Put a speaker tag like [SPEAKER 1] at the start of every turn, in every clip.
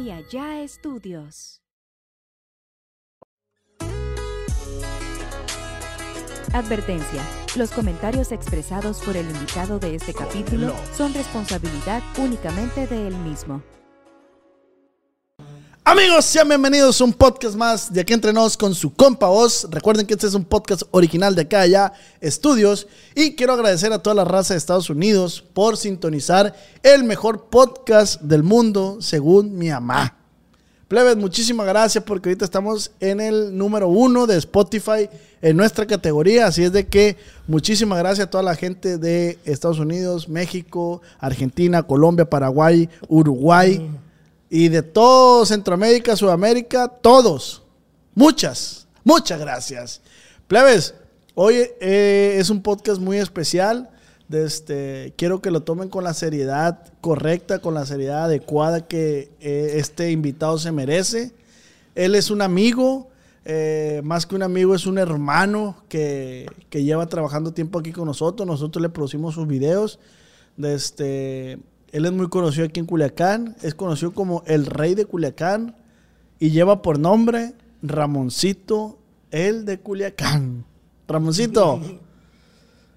[SPEAKER 1] y allá estudios. Advertencia. Los comentarios expresados por el invitado de este capítulo son responsabilidad únicamente de él mismo.
[SPEAKER 2] Amigos, sean bienvenidos a un podcast más de Aquí Entre Nos con su compa Voz. Recuerden que este es un podcast original de acá allá, Estudios. Y quiero agradecer a toda la raza de Estados Unidos por sintonizar el mejor podcast del mundo, según mi mamá. Plebes, muchísimas gracias porque ahorita estamos en el número uno de Spotify en nuestra categoría. Así es de que muchísimas gracias a toda la gente de Estados Unidos, México, Argentina, Colombia, Paraguay, Uruguay y de todo Centroamérica, Sudamérica, todos. Muchas, muchas gracias. Plebes, hoy eh, es un podcast muy especial. De este, quiero que lo tomen con la seriedad correcta, con la seriedad adecuada que eh, este invitado se merece. Él es un amigo, eh, más que un amigo, es un hermano que, que lleva trabajando tiempo aquí con nosotros. Nosotros le producimos sus videos. De este, él es muy conocido aquí en Culiacán, es conocido como el rey de Culiacán y lleva por nombre Ramoncito, el de Culiacán. Ramoncito,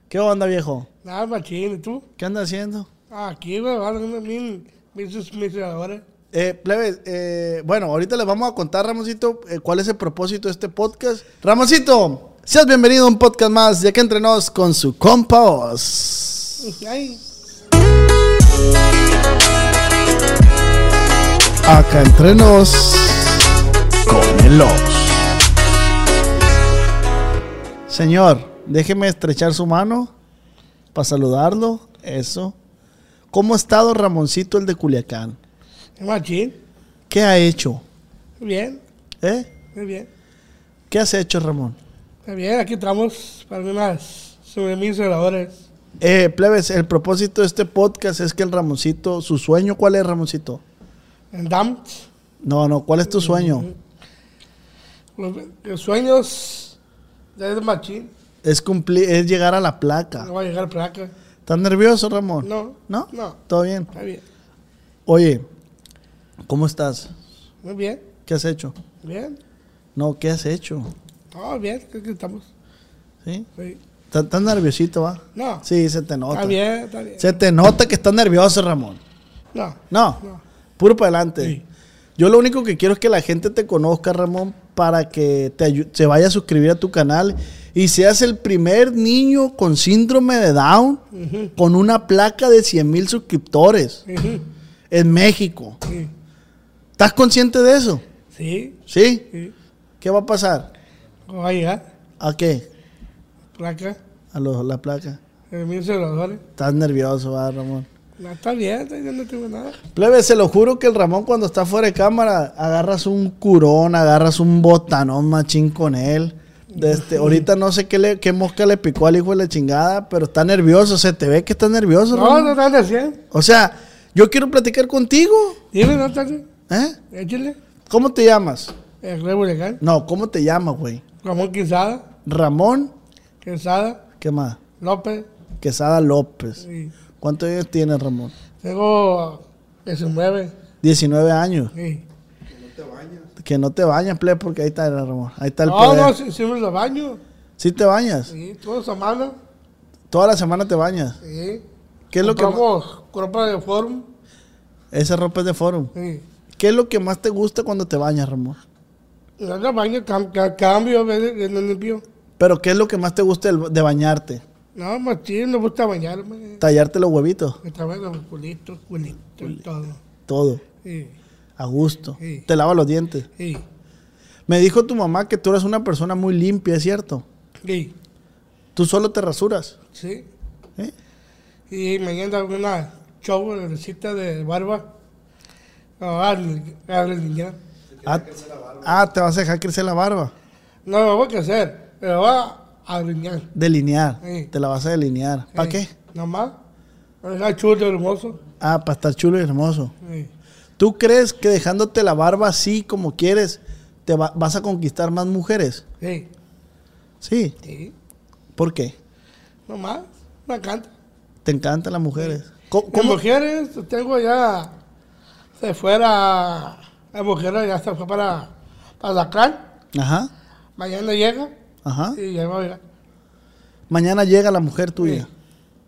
[SPEAKER 2] ¿qué onda viejo?
[SPEAKER 3] Nada, machín, ¿y tú?
[SPEAKER 2] ¿Qué anda haciendo?
[SPEAKER 3] Aquí, güey, van a mil, mil suministradores.
[SPEAKER 2] Eh, plebes, eh, bueno, ahorita les vamos a contar, Ramoncito, eh, cuál es el propósito de este podcast. Ramoncito, seas bienvenido a un podcast más de que entre nos con su compa Oz.
[SPEAKER 3] Ay,
[SPEAKER 2] Acá entre nos con el Oz. Señor, déjeme estrechar su mano para saludarlo. Eso. ¿Cómo ha estado Ramoncito el de Culiacán?
[SPEAKER 3] machín,
[SPEAKER 2] ¿Qué ha hecho?
[SPEAKER 3] bien,
[SPEAKER 2] ¿Eh?
[SPEAKER 3] muy bien.
[SPEAKER 2] ¿Qué has hecho, Ramón?
[SPEAKER 3] Está bien, aquí estamos para unas suministradores.
[SPEAKER 2] Eh, plebes, el propósito de este podcast es que el Ramoncito, su sueño, ¿cuál es, Ramoncito?
[SPEAKER 3] En Dams,
[SPEAKER 2] No, no, ¿cuál es tu sueño?
[SPEAKER 3] los, los sueños de machín,
[SPEAKER 2] Es cumplir, es llegar a la placa.
[SPEAKER 3] no va a llegar placa.
[SPEAKER 2] ¿Estás nervioso, Ramón?
[SPEAKER 3] No,
[SPEAKER 2] Ah. ¿No?
[SPEAKER 3] no.
[SPEAKER 2] ¿Todo bien?
[SPEAKER 3] está bien,
[SPEAKER 2] Oye, ¿cómo estás?
[SPEAKER 3] muy bien,
[SPEAKER 2] ¿Qué has hecho?
[SPEAKER 3] bien,
[SPEAKER 2] No, ¿qué has hecho?
[SPEAKER 3] todo bien, creo que estamos.
[SPEAKER 2] ¿Sí?
[SPEAKER 3] Sí.
[SPEAKER 2] ¿Estás estás nerviosito, va?
[SPEAKER 3] No,
[SPEAKER 2] Sí, se te nota.
[SPEAKER 3] está bien, está bien.
[SPEAKER 2] Se te nota que estás nervioso, Ramón.
[SPEAKER 3] No,
[SPEAKER 2] No,
[SPEAKER 3] No.
[SPEAKER 2] puro para adelante.
[SPEAKER 3] Sí.
[SPEAKER 2] Yo lo único que quiero es que la gente te conozca, Ramón, para que te ayu- se vaya a suscribir a tu canal y seas el primer niño con síndrome de Down con una placa de 100 mil suscriptores
[SPEAKER 3] Ujú,
[SPEAKER 2] en México.
[SPEAKER 3] sí,
[SPEAKER 2] ¿Estás consciente de eso?
[SPEAKER 3] sí,
[SPEAKER 2] ¿Sí?
[SPEAKER 3] sí,
[SPEAKER 2] ¿Qué va a pasar?
[SPEAKER 3] no va a llegar
[SPEAKER 2] ¿A qué?
[SPEAKER 3] placa,
[SPEAKER 2] A lo- la placa.
[SPEAKER 3] suministradores.
[SPEAKER 2] Estás nervioso, va, Ramón.
[SPEAKER 3] No, está bien, está bien, no tengo nada.
[SPEAKER 2] Plebe, se lo juro que el Ramón cuando está fuera de cámara, agarras un curón, agarras un botanón machín con él. De este, ahorita no sé qué, le, qué mosca le picó al hijo de la chingada, pero está nervioso, se te ve que está nervioso.
[SPEAKER 3] No,
[SPEAKER 2] Ramón.
[SPEAKER 3] no están haciendo.
[SPEAKER 2] O sea, yo quiero platicar contigo.
[SPEAKER 3] Dile, no están haciendo.
[SPEAKER 2] ¿eh?
[SPEAKER 3] Échale.
[SPEAKER 2] ¿Cómo te llamas?
[SPEAKER 3] El rey Bulecán.
[SPEAKER 2] No, ¿cómo te llamas, güey?
[SPEAKER 3] Ramón Quisada.
[SPEAKER 2] Ramón,
[SPEAKER 3] Quesada.
[SPEAKER 2] ¿qué más?
[SPEAKER 3] López.
[SPEAKER 2] Quesada López.
[SPEAKER 3] Sí.
[SPEAKER 2] ¿Cuántos años tienes, Ramón?
[SPEAKER 3] Tengo 19.
[SPEAKER 2] 19 años.
[SPEAKER 3] Sí.
[SPEAKER 2] Que no te bañas, plebe, porque ahí está el Ramón. Ahí está el
[SPEAKER 3] No,
[SPEAKER 2] poder.
[SPEAKER 3] no, sí, sí me lo baño.
[SPEAKER 2] ¿Sí te bañas?
[SPEAKER 3] Sí, toda semana.
[SPEAKER 2] Toda la semana te bañas.
[SPEAKER 3] Sí.
[SPEAKER 2] ¿Qué es lo que más-
[SPEAKER 3] Compramos ropa de forma.
[SPEAKER 2] Esa ropa es de forum.
[SPEAKER 3] Sí.
[SPEAKER 2] ¿Qué es lo que más te gusta cuando te bañas, Ramón?
[SPEAKER 3] No la baño, cam- ca- cambio, a veces que no limpio.
[SPEAKER 2] Pero ¿qué es lo que más te gusta del- de bañarte?
[SPEAKER 3] No, machín, me gusta bañarme.
[SPEAKER 2] Tallarte los huevitos,
[SPEAKER 3] Esta vez los culitos, culitos y todo.
[SPEAKER 2] todo,
[SPEAKER 3] Sí,
[SPEAKER 2] a gusto.
[SPEAKER 3] Sí.
[SPEAKER 2] Te lava los dientes.
[SPEAKER 3] sí,
[SPEAKER 2] Me dijo tu mamá que tú eres una persona muy limpia, ¿es cierto?
[SPEAKER 3] sí,
[SPEAKER 2] Tú solo te rasuras.
[SPEAKER 3] sí.
[SPEAKER 2] ¿eh?
[SPEAKER 3] Y mañana una show de recita de barba. A niña.
[SPEAKER 2] Ah, ah, te vas a dejar crecer la barba.
[SPEAKER 3] No lo voy a hacer, pero va a alinear.
[SPEAKER 2] Delinear.
[SPEAKER 3] Sí.
[SPEAKER 2] Te la vas a delinear. ¿Para
[SPEAKER 3] Eh,
[SPEAKER 2] qué?
[SPEAKER 3] Nomás. Pero Está chulo, hermoso.
[SPEAKER 2] Ah, para estar chulo y hermoso.
[SPEAKER 3] Sí.
[SPEAKER 2] ¿Tú crees que dejándote la barba así como quieres, te va- vas a conquistar más mujeres?
[SPEAKER 3] Sí,
[SPEAKER 2] Sí.
[SPEAKER 3] sí.
[SPEAKER 2] ¿Por qué?
[SPEAKER 3] Nomás. Me encanta.
[SPEAKER 2] Te encantan las mujeres. Co-
[SPEAKER 3] Como
[SPEAKER 2] ¿Cómo,
[SPEAKER 3] mujeres, tengo ya. Se fuera. La mujer ya se fue para, para Zacrán.
[SPEAKER 2] Ajá,
[SPEAKER 3] Mañana llega
[SPEAKER 2] ajá.
[SPEAKER 3] y ya va a llegar.
[SPEAKER 2] Mañana llega la mujer tuya.
[SPEAKER 3] Sí.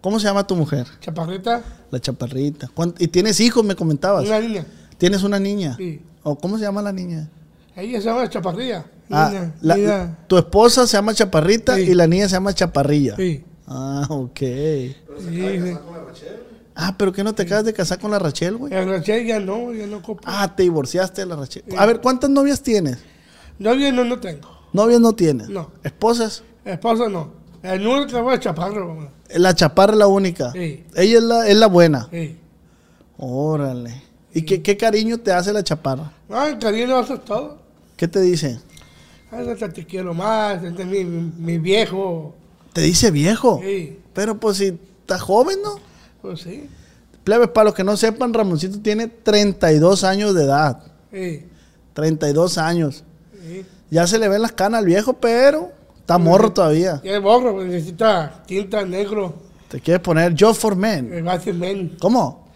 [SPEAKER 2] ¿Cómo se llama tu mujer?
[SPEAKER 3] Chaparrita,
[SPEAKER 2] La chaparrita. ¿Cuán- ¿Y tienes hijos, me comentabas?
[SPEAKER 3] una niña.
[SPEAKER 2] ¿Tienes una niña?
[SPEAKER 3] Sí.
[SPEAKER 2] ¿O cómo se llama la niña?
[SPEAKER 3] Ella se llama Chaparrilla.
[SPEAKER 2] Ah,
[SPEAKER 3] niña,
[SPEAKER 2] la-
[SPEAKER 3] niña.
[SPEAKER 2] tu esposa se llama Chaparrita
[SPEAKER 3] Sí.
[SPEAKER 2] y la niña se llama Chaparrilla.
[SPEAKER 3] Sí.
[SPEAKER 2] Ah, ok.
[SPEAKER 3] Sí, sí.
[SPEAKER 2] Ah, pero ¿qué no te acabas de casar con la Rachel, güey?
[SPEAKER 3] En Rochelle ya no, ya no compro.
[SPEAKER 2] Ah, te divorciaste de la Rachel. A ver, ¿cuántas novias tienes?
[SPEAKER 3] Yo bien no, no tengo.
[SPEAKER 2] Novias no tienes.
[SPEAKER 3] No.
[SPEAKER 2] Esposas.
[SPEAKER 3] Esposa no. El único fue Chaparro. mamá.
[SPEAKER 2] La Chaparra es la única.
[SPEAKER 3] Sí.
[SPEAKER 2] Ella es la, es la buena.
[SPEAKER 3] Sí.
[SPEAKER 2] Órale. ¿Y qué, qué cariño te hace la Chaparra?
[SPEAKER 3] No, en cariño haces todo.
[SPEAKER 2] ¿Qué te dice?
[SPEAKER 3] Ay, hasta te quiero más, este es mi, mi viejo.
[SPEAKER 2] Te dice viejo.
[SPEAKER 3] Sí,
[SPEAKER 2] Pero pues si estás joven, ¿no?
[SPEAKER 3] pues sí.
[SPEAKER 2] Plebes, para los que no sepan, Ramoncito tiene 32 años de edad.
[SPEAKER 3] Sí,
[SPEAKER 2] 32 años.
[SPEAKER 3] sí.
[SPEAKER 2] Ya se le ven las canas al viejo, pero está morro todavía.
[SPEAKER 3] Y el borro pues, necesita tinta negro.
[SPEAKER 2] Te quieres poner Job for Men.
[SPEAKER 3] El vacimen.
[SPEAKER 2] ¿Cómo?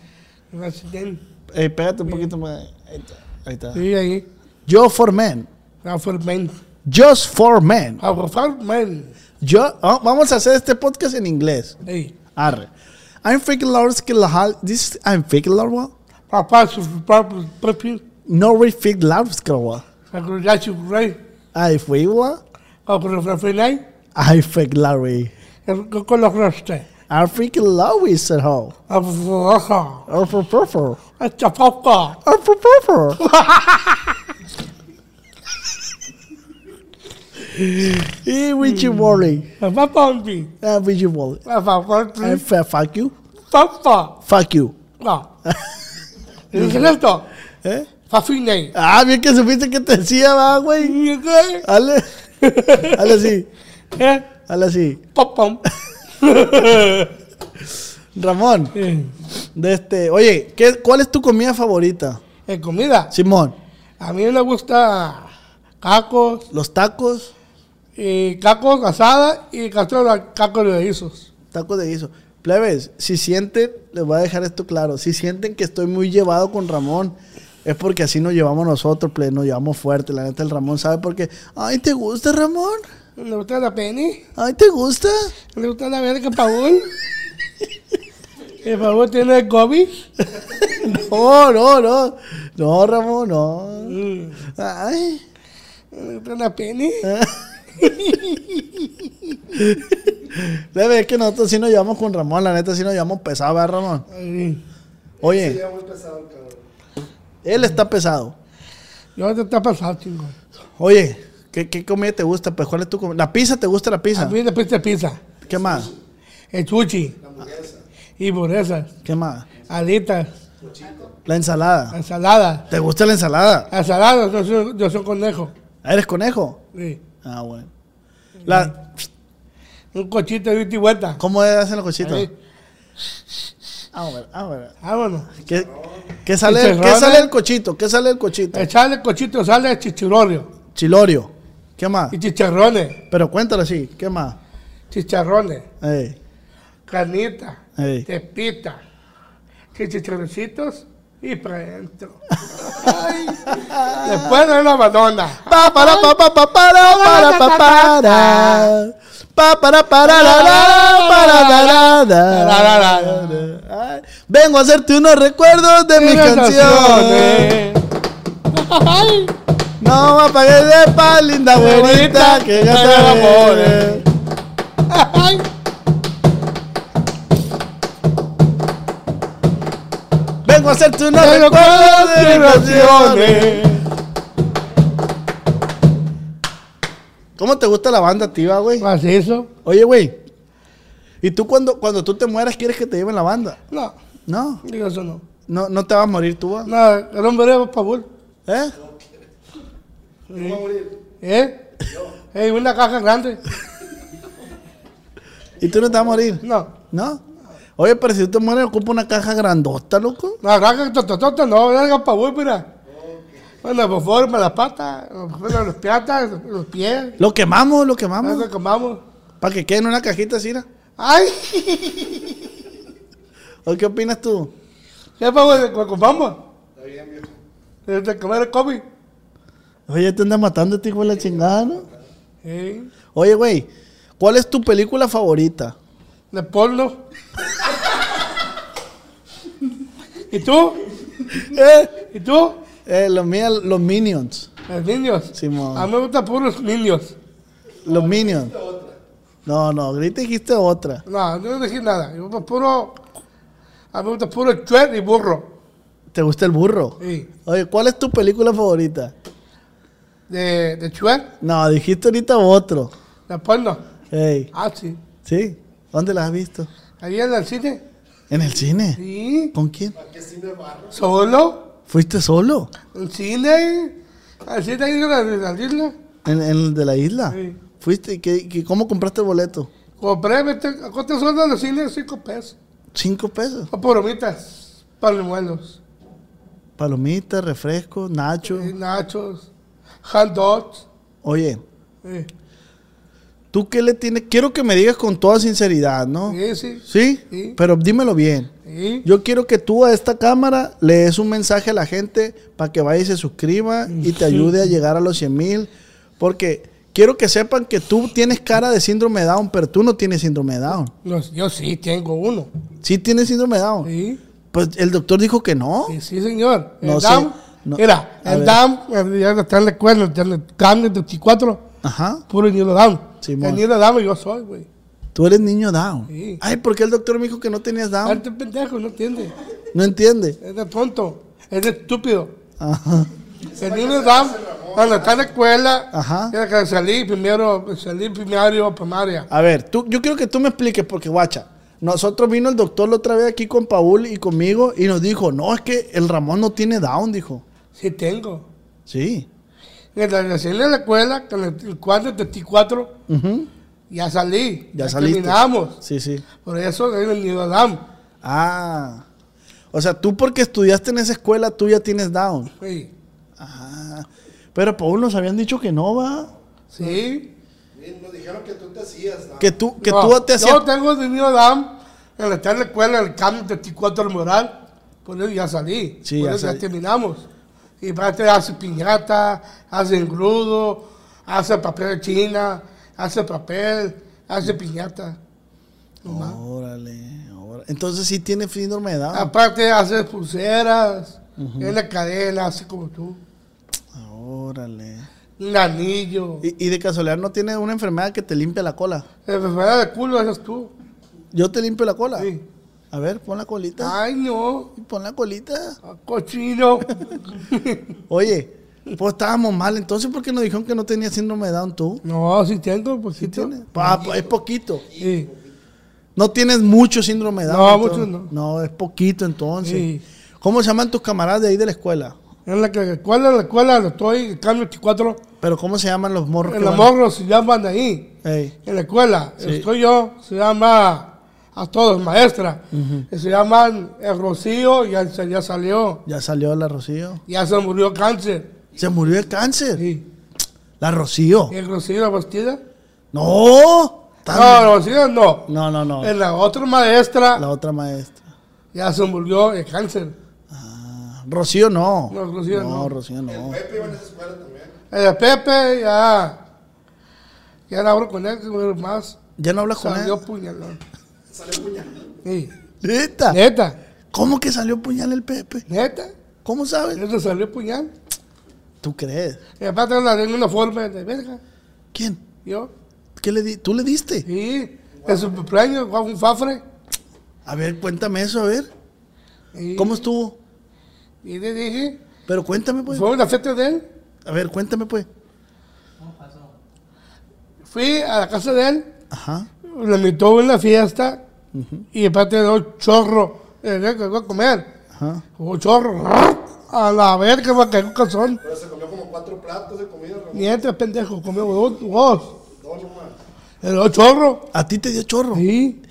[SPEAKER 3] El vacimen.
[SPEAKER 2] Eh, pégate un poquito más. Ahí está. Ahí está.
[SPEAKER 3] Sí, ahí.
[SPEAKER 2] Job for Men.
[SPEAKER 3] Aformen.
[SPEAKER 2] Just for Men.
[SPEAKER 3] Aformen.
[SPEAKER 2] Yo, oh, vamos a hacer este podcast en inglés.
[SPEAKER 3] Sí.
[SPEAKER 2] Arre. I'm freaking Lawrence Kilahal. This I'm freaking Lawrence.
[SPEAKER 3] Papá, su papá, pues, papi.
[SPEAKER 2] No refig Lawrence Kilahal.
[SPEAKER 3] Agrurar su rey.
[SPEAKER 2] I fake what?
[SPEAKER 3] Agrurafrenay.
[SPEAKER 2] I fake Larry.
[SPEAKER 3] Con los rostes.
[SPEAKER 2] I freaking Larry said how.
[SPEAKER 3] Aforroja.
[SPEAKER 2] Oh, for purple.
[SPEAKER 3] Hasta papá.
[SPEAKER 2] Oh, for purple. Eh, Richie Worley.
[SPEAKER 3] Papá, papi.
[SPEAKER 2] Ah, Richie Worley.
[SPEAKER 3] Papá,
[SPEAKER 2] I
[SPEAKER 3] papi.
[SPEAKER 2] fa- fuck you.
[SPEAKER 3] Papá.
[SPEAKER 2] Fuck you.
[SPEAKER 3] No. ¿Es esto?
[SPEAKER 2] ¿Eh?
[SPEAKER 3] Fafinay.
[SPEAKER 2] Ah, bien que supiste que te decía, va, güey.
[SPEAKER 3] ¿Eh?
[SPEAKER 2] Dale. Dale así. Dale así.
[SPEAKER 3] Pom, pom.
[SPEAKER 2] Ramón,
[SPEAKER 3] Eh,
[SPEAKER 2] de este, oye, ¿qué, ¿cuál es tu comida favorita?
[SPEAKER 3] eh, comida.
[SPEAKER 2] Simón,
[SPEAKER 3] A mí me gusta cacos,
[SPEAKER 2] los tacos,
[SPEAKER 3] y cacos asada y cazuela de cacos de guisos.
[SPEAKER 2] tacos de guiso. Plebes, si sienten, les voy a dejar esto claro, si sienten que estoy muy llevado con Ramón, es porque así nos llevamos nosotros, plebes, nos llevamos fuerte. La neta, el Ramón sabe porque, ay, ¿te gusta, Ramón?
[SPEAKER 3] ¿Le gusta la penny?
[SPEAKER 2] Ay, ¿te gusta?
[SPEAKER 3] ¿Le gusta la verga Paul? ¿El Paul tiene gobi?
[SPEAKER 2] No, no, no. No, Ramón, no.
[SPEAKER 3] Mm,
[SPEAKER 2] Ay.
[SPEAKER 3] ¿Le gusta la penny?
[SPEAKER 2] Plebes, es que nosotros sí nos llevamos con Ramón, la neta, sí nos llevamos pesado, ¿verdad, Ramón?
[SPEAKER 3] Ay,
[SPEAKER 2] Oye. Él está pesado.
[SPEAKER 3] Yo te está pasado, chingón.
[SPEAKER 2] Oye, ¿qué, qué comida te gusta? Pues, ¿cuál es tu comida? ¿La pizza te gusta la
[SPEAKER 3] A
[SPEAKER 2] pizza?
[SPEAKER 3] mí después te pizza,
[SPEAKER 2] ¿Qué más?
[SPEAKER 3] el sushi, y hamburguesas,
[SPEAKER 2] ¿Qué más?
[SPEAKER 3] alitas,
[SPEAKER 2] La ensalada.
[SPEAKER 3] ensaladas.
[SPEAKER 2] ¿Te gusta la ensalada?
[SPEAKER 3] Ensaladas, yo soy, yo soy conejo.
[SPEAKER 2] Ah, ¿Eres conejo?
[SPEAKER 3] Sí.
[SPEAKER 2] Ah, bueno. La,
[SPEAKER 3] Un cochito de vuelta y vuelta.
[SPEAKER 2] ¿Cómo hacen los cochitos?
[SPEAKER 3] Ahí.
[SPEAKER 2] Ah, bueno, ah, bueno.
[SPEAKER 3] Vámonos.
[SPEAKER 2] ¿Qué, qué sale, ¿Qué
[SPEAKER 3] Chicharrones.
[SPEAKER 2] sale el cochito? ¿Qué sale el cochito?
[SPEAKER 3] Echarle cochito sale de chichirorio
[SPEAKER 2] Chilorio. ¿Qué más?
[SPEAKER 3] y chicharrones,
[SPEAKER 2] Pero cuéntalo así. ¿Qué más?
[SPEAKER 3] chicharrones,
[SPEAKER 2] Ey,
[SPEAKER 3] carnita,
[SPEAKER 2] Ey.
[SPEAKER 3] tepita, chicharroncitos y para adentro. Ay, Después de la Madonna.
[SPEAKER 2] Pa, para, pa, pa, pa, para, para, pa, para. Pa, para, para, la, la, para, la, la, la. Ay, Vengo a hacerte unos recuerdos de mi
[SPEAKER 3] Esas
[SPEAKER 2] canción.
[SPEAKER 3] canciones. Ay,
[SPEAKER 2] No me apagues de pa, linda abuelita, que ya te amores.
[SPEAKER 3] ay.
[SPEAKER 2] Vengo a hacerte unos
[SPEAKER 3] Pero
[SPEAKER 2] recuerdos de mi canción. ¿Cómo te gusta la banda, activa, güey?
[SPEAKER 3] ¿Más eso?
[SPEAKER 2] Oye, güey. ¿Y tú cuando, cuando tú te mueras quieres que te lleven la banda?
[SPEAKER 3] No,
[SPEAKER 2] No,
[SPEAKER 3] digo eso no.
[SPEAKER 2] no, no te vas a morir tú, va.
[SPEAKER 3] No, el hombre es por favor.
[SPEAKER 2] ¿eh?
[SPEAKER 3] ¿Eh? Eh, una caja grande.
[SPEAKER 2] ¿Y tú no te vas a morir?
[SPEAKER 3] No.
[SPEAKER 2] ¿No? Oye, pero si tú te mueres, ocupa una caja grandota, loco.
[SPEAKER 3] La raja tototota, no, verga pa' güey, mira. Bueno, por favor, para las patas, bueno, los piatas, los pies,
[SPEAKER 2] Lo quemamos, lo
[SPEAKER 3] lo
[SPEAKER 2] quemamos.
[SPEAKER 3] que comamos.
[SPEAKER 2] Para que quede en una cajita así, ¿no?
[SPEAKER 3] ¡Ay!
[SPEAKER 2] ¿O qué opinas tú?
[SPEAKER 3] ¿Qué pa' güey, lo comamos? Desde que me era COVID.
[SPEAKER 2] Oye, te anda matando este hijo de la chingada, ¿no?
[SPEAKER 3] Sí.
[SPEAKER 2] Oye, güey, ¿cuál es tu película favorita?
[SPEAKER 3] De porno. ¿Y tú?
[SPEAKER 2] ¿Eh?
[SPEAKER 3] ¿Y tú?
[SPEAKER 2] Eh, los, mía- los Minions.
[SPEAKER 3] Los niños.
[SPEAKER 2] Simón.
[SPEAKER 3] A mí me gustan puros niños.
[SPEAKER 2] Los Minions. No, no, ahorita dijiste otra.
[SPEAKER 3] No, no voy a decir nada. Yo me puro. A mí me gusta puro chuet y burro.
[SPEAKER 2] ¿Te gusta el burro?
[SPEAKER 3] Sí.
[SPEAKER 2] Oye, ¿cuál es tu película favorita?
[SPEAKER 3] De, de chuet,
[SPEAKER 2] No, dijiste ahorita otro.
[SPEAKER 3] de porno.
[SPEAKER 2] Ey,
[SPEAKER 3] Ah, sí.
[SPEAKER 2] ¿sí? ¿Dónde las has visto?
[SPEAKER 3] Ahí en el cine.
[SPEAKER 2] ¿En el cine?
[SPEAKER 3] Sí.
[SPEAKER 2] ¿Con quién?
[SPEAKER 3] Solo.
[SPEAKER 2] ¿Fuiste solo?
[SPEAKER 3] En cine. Al cine ahí de la, de la isla.
[SPEAKER 2] ¿En, en el de la isla?
[SPEAKER 3] Sí.
[SPEAKER 2] ¿Fuiste? ¿Qué, qué, ¿Cómo compraste el boleto?
[SPEAKER 3] Compré, vete, este, ¿cuánto son los cines? Cinco pesos.
[SPEAKER 2] ¿Cinco pesos?
[SPEAKER 3] Son palomitas, palomuelos,
[SPEAKER 2] Palomitas, refrescos, nacho.
[SPEAKER 3] y nachos, hot dogs.
[SPEAKER 2] Oye,
[SPEAKER 3] Sí,
[SPEAKER 2] ¿tú qué le tienes? Quiero que me digas con toda sinceridad, ¿no?
[SPEAKER 3] sí, sí.
[SPEAKER 2] ¿Sí?
[SPEAKER 3] Sí.
[SPEAKER 2] Pero dímelo bien.
[SPEAKER 3] sí.
[SPEAKER 2] Yo quiero que tú a esta cámara le des un mensaje a la gente para que vaya y se suscriba y te ayude a llegar a los 100 mil. Porque quiero que sepan que tú tienes cara de síndrome de Down, pero tú no tienes síndrome de Down.
[SPEAKER 3] No, yo sí tengo uno.
[SPEAKER 2] Sí tienes síndrome de Down.
[SPEAKER 3] Sí,
[SPEAKER 2] Pues el doctor dijo que no.
[SPEAKER 3] sí, sí, señor. El
[SPEAKER 2] No sé,
[SPEAKER 3] DAM,
[SPEAKER 2] no.
[SPEAKER 3] mira,
[SPEAKER 2] A
[SPEAKER 3] el
[SPEAKER 2] ver.
[SPEAKER 3] DAM, eh, ya está en la escuela, ya en el DAM de 34,
[SPEAKER 2] Ajá.
[SPEAKER 3] puro niño DAM.
[SPEAKER 2] Simón.
[SPEAKER 3] El niño DAM yo soy, güey.
[SPEAKER 2] Tú eres niño Down.
[SPEAKER 3] Sí.
[SPEAKER 2] Ay, ¿por qué el doctor me dijo que no tenías Down?
[SPEAKER 3] Este pendejo no entiende.
[SPEAKER 2] No entiende.
[SPEAKER 3] Es de tonto, es de estúpido.
[SPEAKER 2] Ajá.
[SPEAKER 3] El niño DAM, cuando está en la escuela,
[SPEAKER 2] Ajá.
[SPEAKER 3] tiene que salir primero, salir primario, primaria.
[SPEAKER 2] A ver, tú, yo quiero que tú me expliques, porque guacha, nosotros vino el doctor la otra vez aquí con Paul y conmigo y nos dijo, no, es que el Ramón no tiene Down, dijo.
[SPEAKER 3] Sí tengo.
[SPEAKER 2] Sí.
[SPEAKER 3] En la, en la escuela, con el, el cuadro de 34,
[SPEAKER 2] Ujú.
[SPEAKER 3] ya salí.
[SPEAKER 2] Ya saliste.
[SPEAKER 3] Terminamos.
[SPEAKER 2] Sí, sí.
[SPEAKER 3] Por eso en el nido Adam.
[SPEAKER 2] Ah. O sea, tú porque estudiaste en esa escuela, tú ya tienes Down.
[SPEAKER 3] Sí.
[SPEAKER 2] Ah. Pero Paul nos habían dicho que no, va.
[SPEAKER 3] sí.
[SPEAKER 4] Nos dijeron que tú te hacías, ¿no?
[SPEAKER 2] Que tú, que
[SPEAKER 3] No,
[SPEAKER 2] tú te hacías...
[SPEAKER 3] Yo tengo el nido Adam en la, en la escuela, en el cambio de 34 al moral. Por eso ya salí.
[SPEAKER 2] Sí,
[SPEAKER 3] por
[SPEAKER 2] ya
[SPEAKER 3] eso ya
[SPEAKER 2] salí.
[SPEAKER 3] terminamos. Y parte hace piñata, hace engrudo, hace papel de china, hace papel, hace piñata.
[SPEAKER 2] Oh,
[SPEAKER 3] Nomás.
[SPEAKER 2] Órale, órale. Entonces sí tiene síndrome de Down.
[SPEAKER 3] Aparte hace pulseras, en la cadena, así como tú,
[SPEAKER 2] Órale.
[SPEAKER 3] un anillo,
[SPEAKER 2] Y, y de casualidad no tiene una enfermedad que te limpia la cola.
[SPEAKER 3] la enfermedad de culo haces tú.
[SPEAKER 2] Yo te limpio la cola.
[SPEAKER 3] Sí. Ah.
[SPEAKER 2] A ver, pon la colita.
[SPEAKER 3] Ay no,
[SPEAKER 2] Pon la colita.
[SPEAKER 3] cochino.
[SPEAKER 2] Oye, pues estábamos mal. Entonces, ¿por qué nos dijeron que no tenía síndrome de Down tú?
[SPEAKER 3] no, si tengo, pues sí
[SPEAKER 2] ¿Tienes?
[SPEAKER 3] tengo.
[SPEAKER 2] Ah, pues, es poquito.
[SPEAKER 3] Sí.
[SPEAKER 2] No tienes mucho síndrome de Down.
[SPEAKER 3] No,
[SPEAKER 2] entonces.
[SPEAKER 3] mucho no.
[SPEAKER 2] No, es poquito entonces.
[SPEAKER 3] Sí.
[SPEAKER 2] ¿Cómo se llaman tus camaradas de ahí de la escuela?
[SPEAKER 3] En la que- escuela, en la escuela donde estoy, en cambio 24,
[SPEAKER 2] Pero ¿cómo se llaman los morros? que
[SPEAKER 3] en la
[SPEAKER 2] van?
[SPEAKER 3] morro se llaman ahí,
[SPEAKER 2] Ey,
[SPEAKER 3] en la escuela,
[SPEAKER 2] Sí.
[SPEAKER 3] estoy yo, se llama a todos, maestra, Y se llaman el Rocío, ya, ya salió,
[SPEAKER 2] ya salió la Rocío.
[SPEAKER 3] ya se murió cáncer.
[SPEAKER 2] Se murió de cáncer.
[SPEAKER 3] Sí.
[SPEAKER 2] La Rocío.
[SPEAKER 3] ¿En Rocío la Bastida?
[SPEAKER 2] No. tan-
[SPEAKER 3] No, Rocío no.
[SPEAKER 2] No, no, no.
[SPEAKER 3] Ah. En la otra maestra
[SPEAKER 2] La otra maestra.
[SPEAKER 3] ya se murió de cáncer.
[SPEAKER 2] Ah, Rocío no.
[SPEAKER 3] No, Rocío no.
[SPEAKER 2] Rocío no.
[SPEAKER 4] Pepe iba en esa escuela también.
[SPEAKER 3] El de Pepe ya. Ya no hablo con él pero más.
[SPEAKER 2] Ya no hablas con
[SPEAKER 3] Salió
[SPEAKER 2] él.
[SPEAKER 3] puñalón. Salió puñalón. Sí.
[SPEAKER 2] Neta.
[SPEAKER 3] Eh. Neta,
[SPEAKER 2] ¿Cómo que salió puñal el Pepe?
[SPEAKER 3] neta.
[SPEAKER 2] ¿Cómo sabes?
[SPEAKER 3] Eso salió puñal.
[SPEAKER 2] ¿Tú crees?
[SPEAKER 3] Y aparte la tengo una forma de verga.
[SPEAKER 2] ¿Quién?
[SPEAKER 3] Yo.
[SPEAKER 2] ¿Qué le di? ¿Tú le diste?
[SPEAKER 3] Sí. En su cumpleaños, fue un fafre.
[SPEAKER 2] A ver, cuéntame eso, a ver.
[SPEAKER 3] Y,
[SPEAKER 2] ¿Cómo estuvo?
[SPEAKER 3] Y le dije,
[SPEAKER 2] Pero cuéntame, pues.
[SPEAKER 3] fue una fiesta de él.
[SPEAKER 2] A ver, cuéntame, pues.
[SPEAKER 3] Fui a la casa de él.
[SPEAKER 2] Ajá.
[SPEAKER 3] Le invitó a una fiesta y aparte de un chorro, eh, que iba a comer,
[SPEAKER 2] Ajá.
[SPEAKER 3] un chorro, a la verga me cayó un calzón.
[SPEAKER 4] Pero se comió como cuatro platos de comida, Ramón.
[SPEAKER 3] Mientras pendejo, comió dos, dos,
[SPEAKER 4] Dos nomás.
[SPEAKER 3] el otro chorro,
[SPEAKER 2] A ti te dio chorro.
[SPEAKER 3] sí.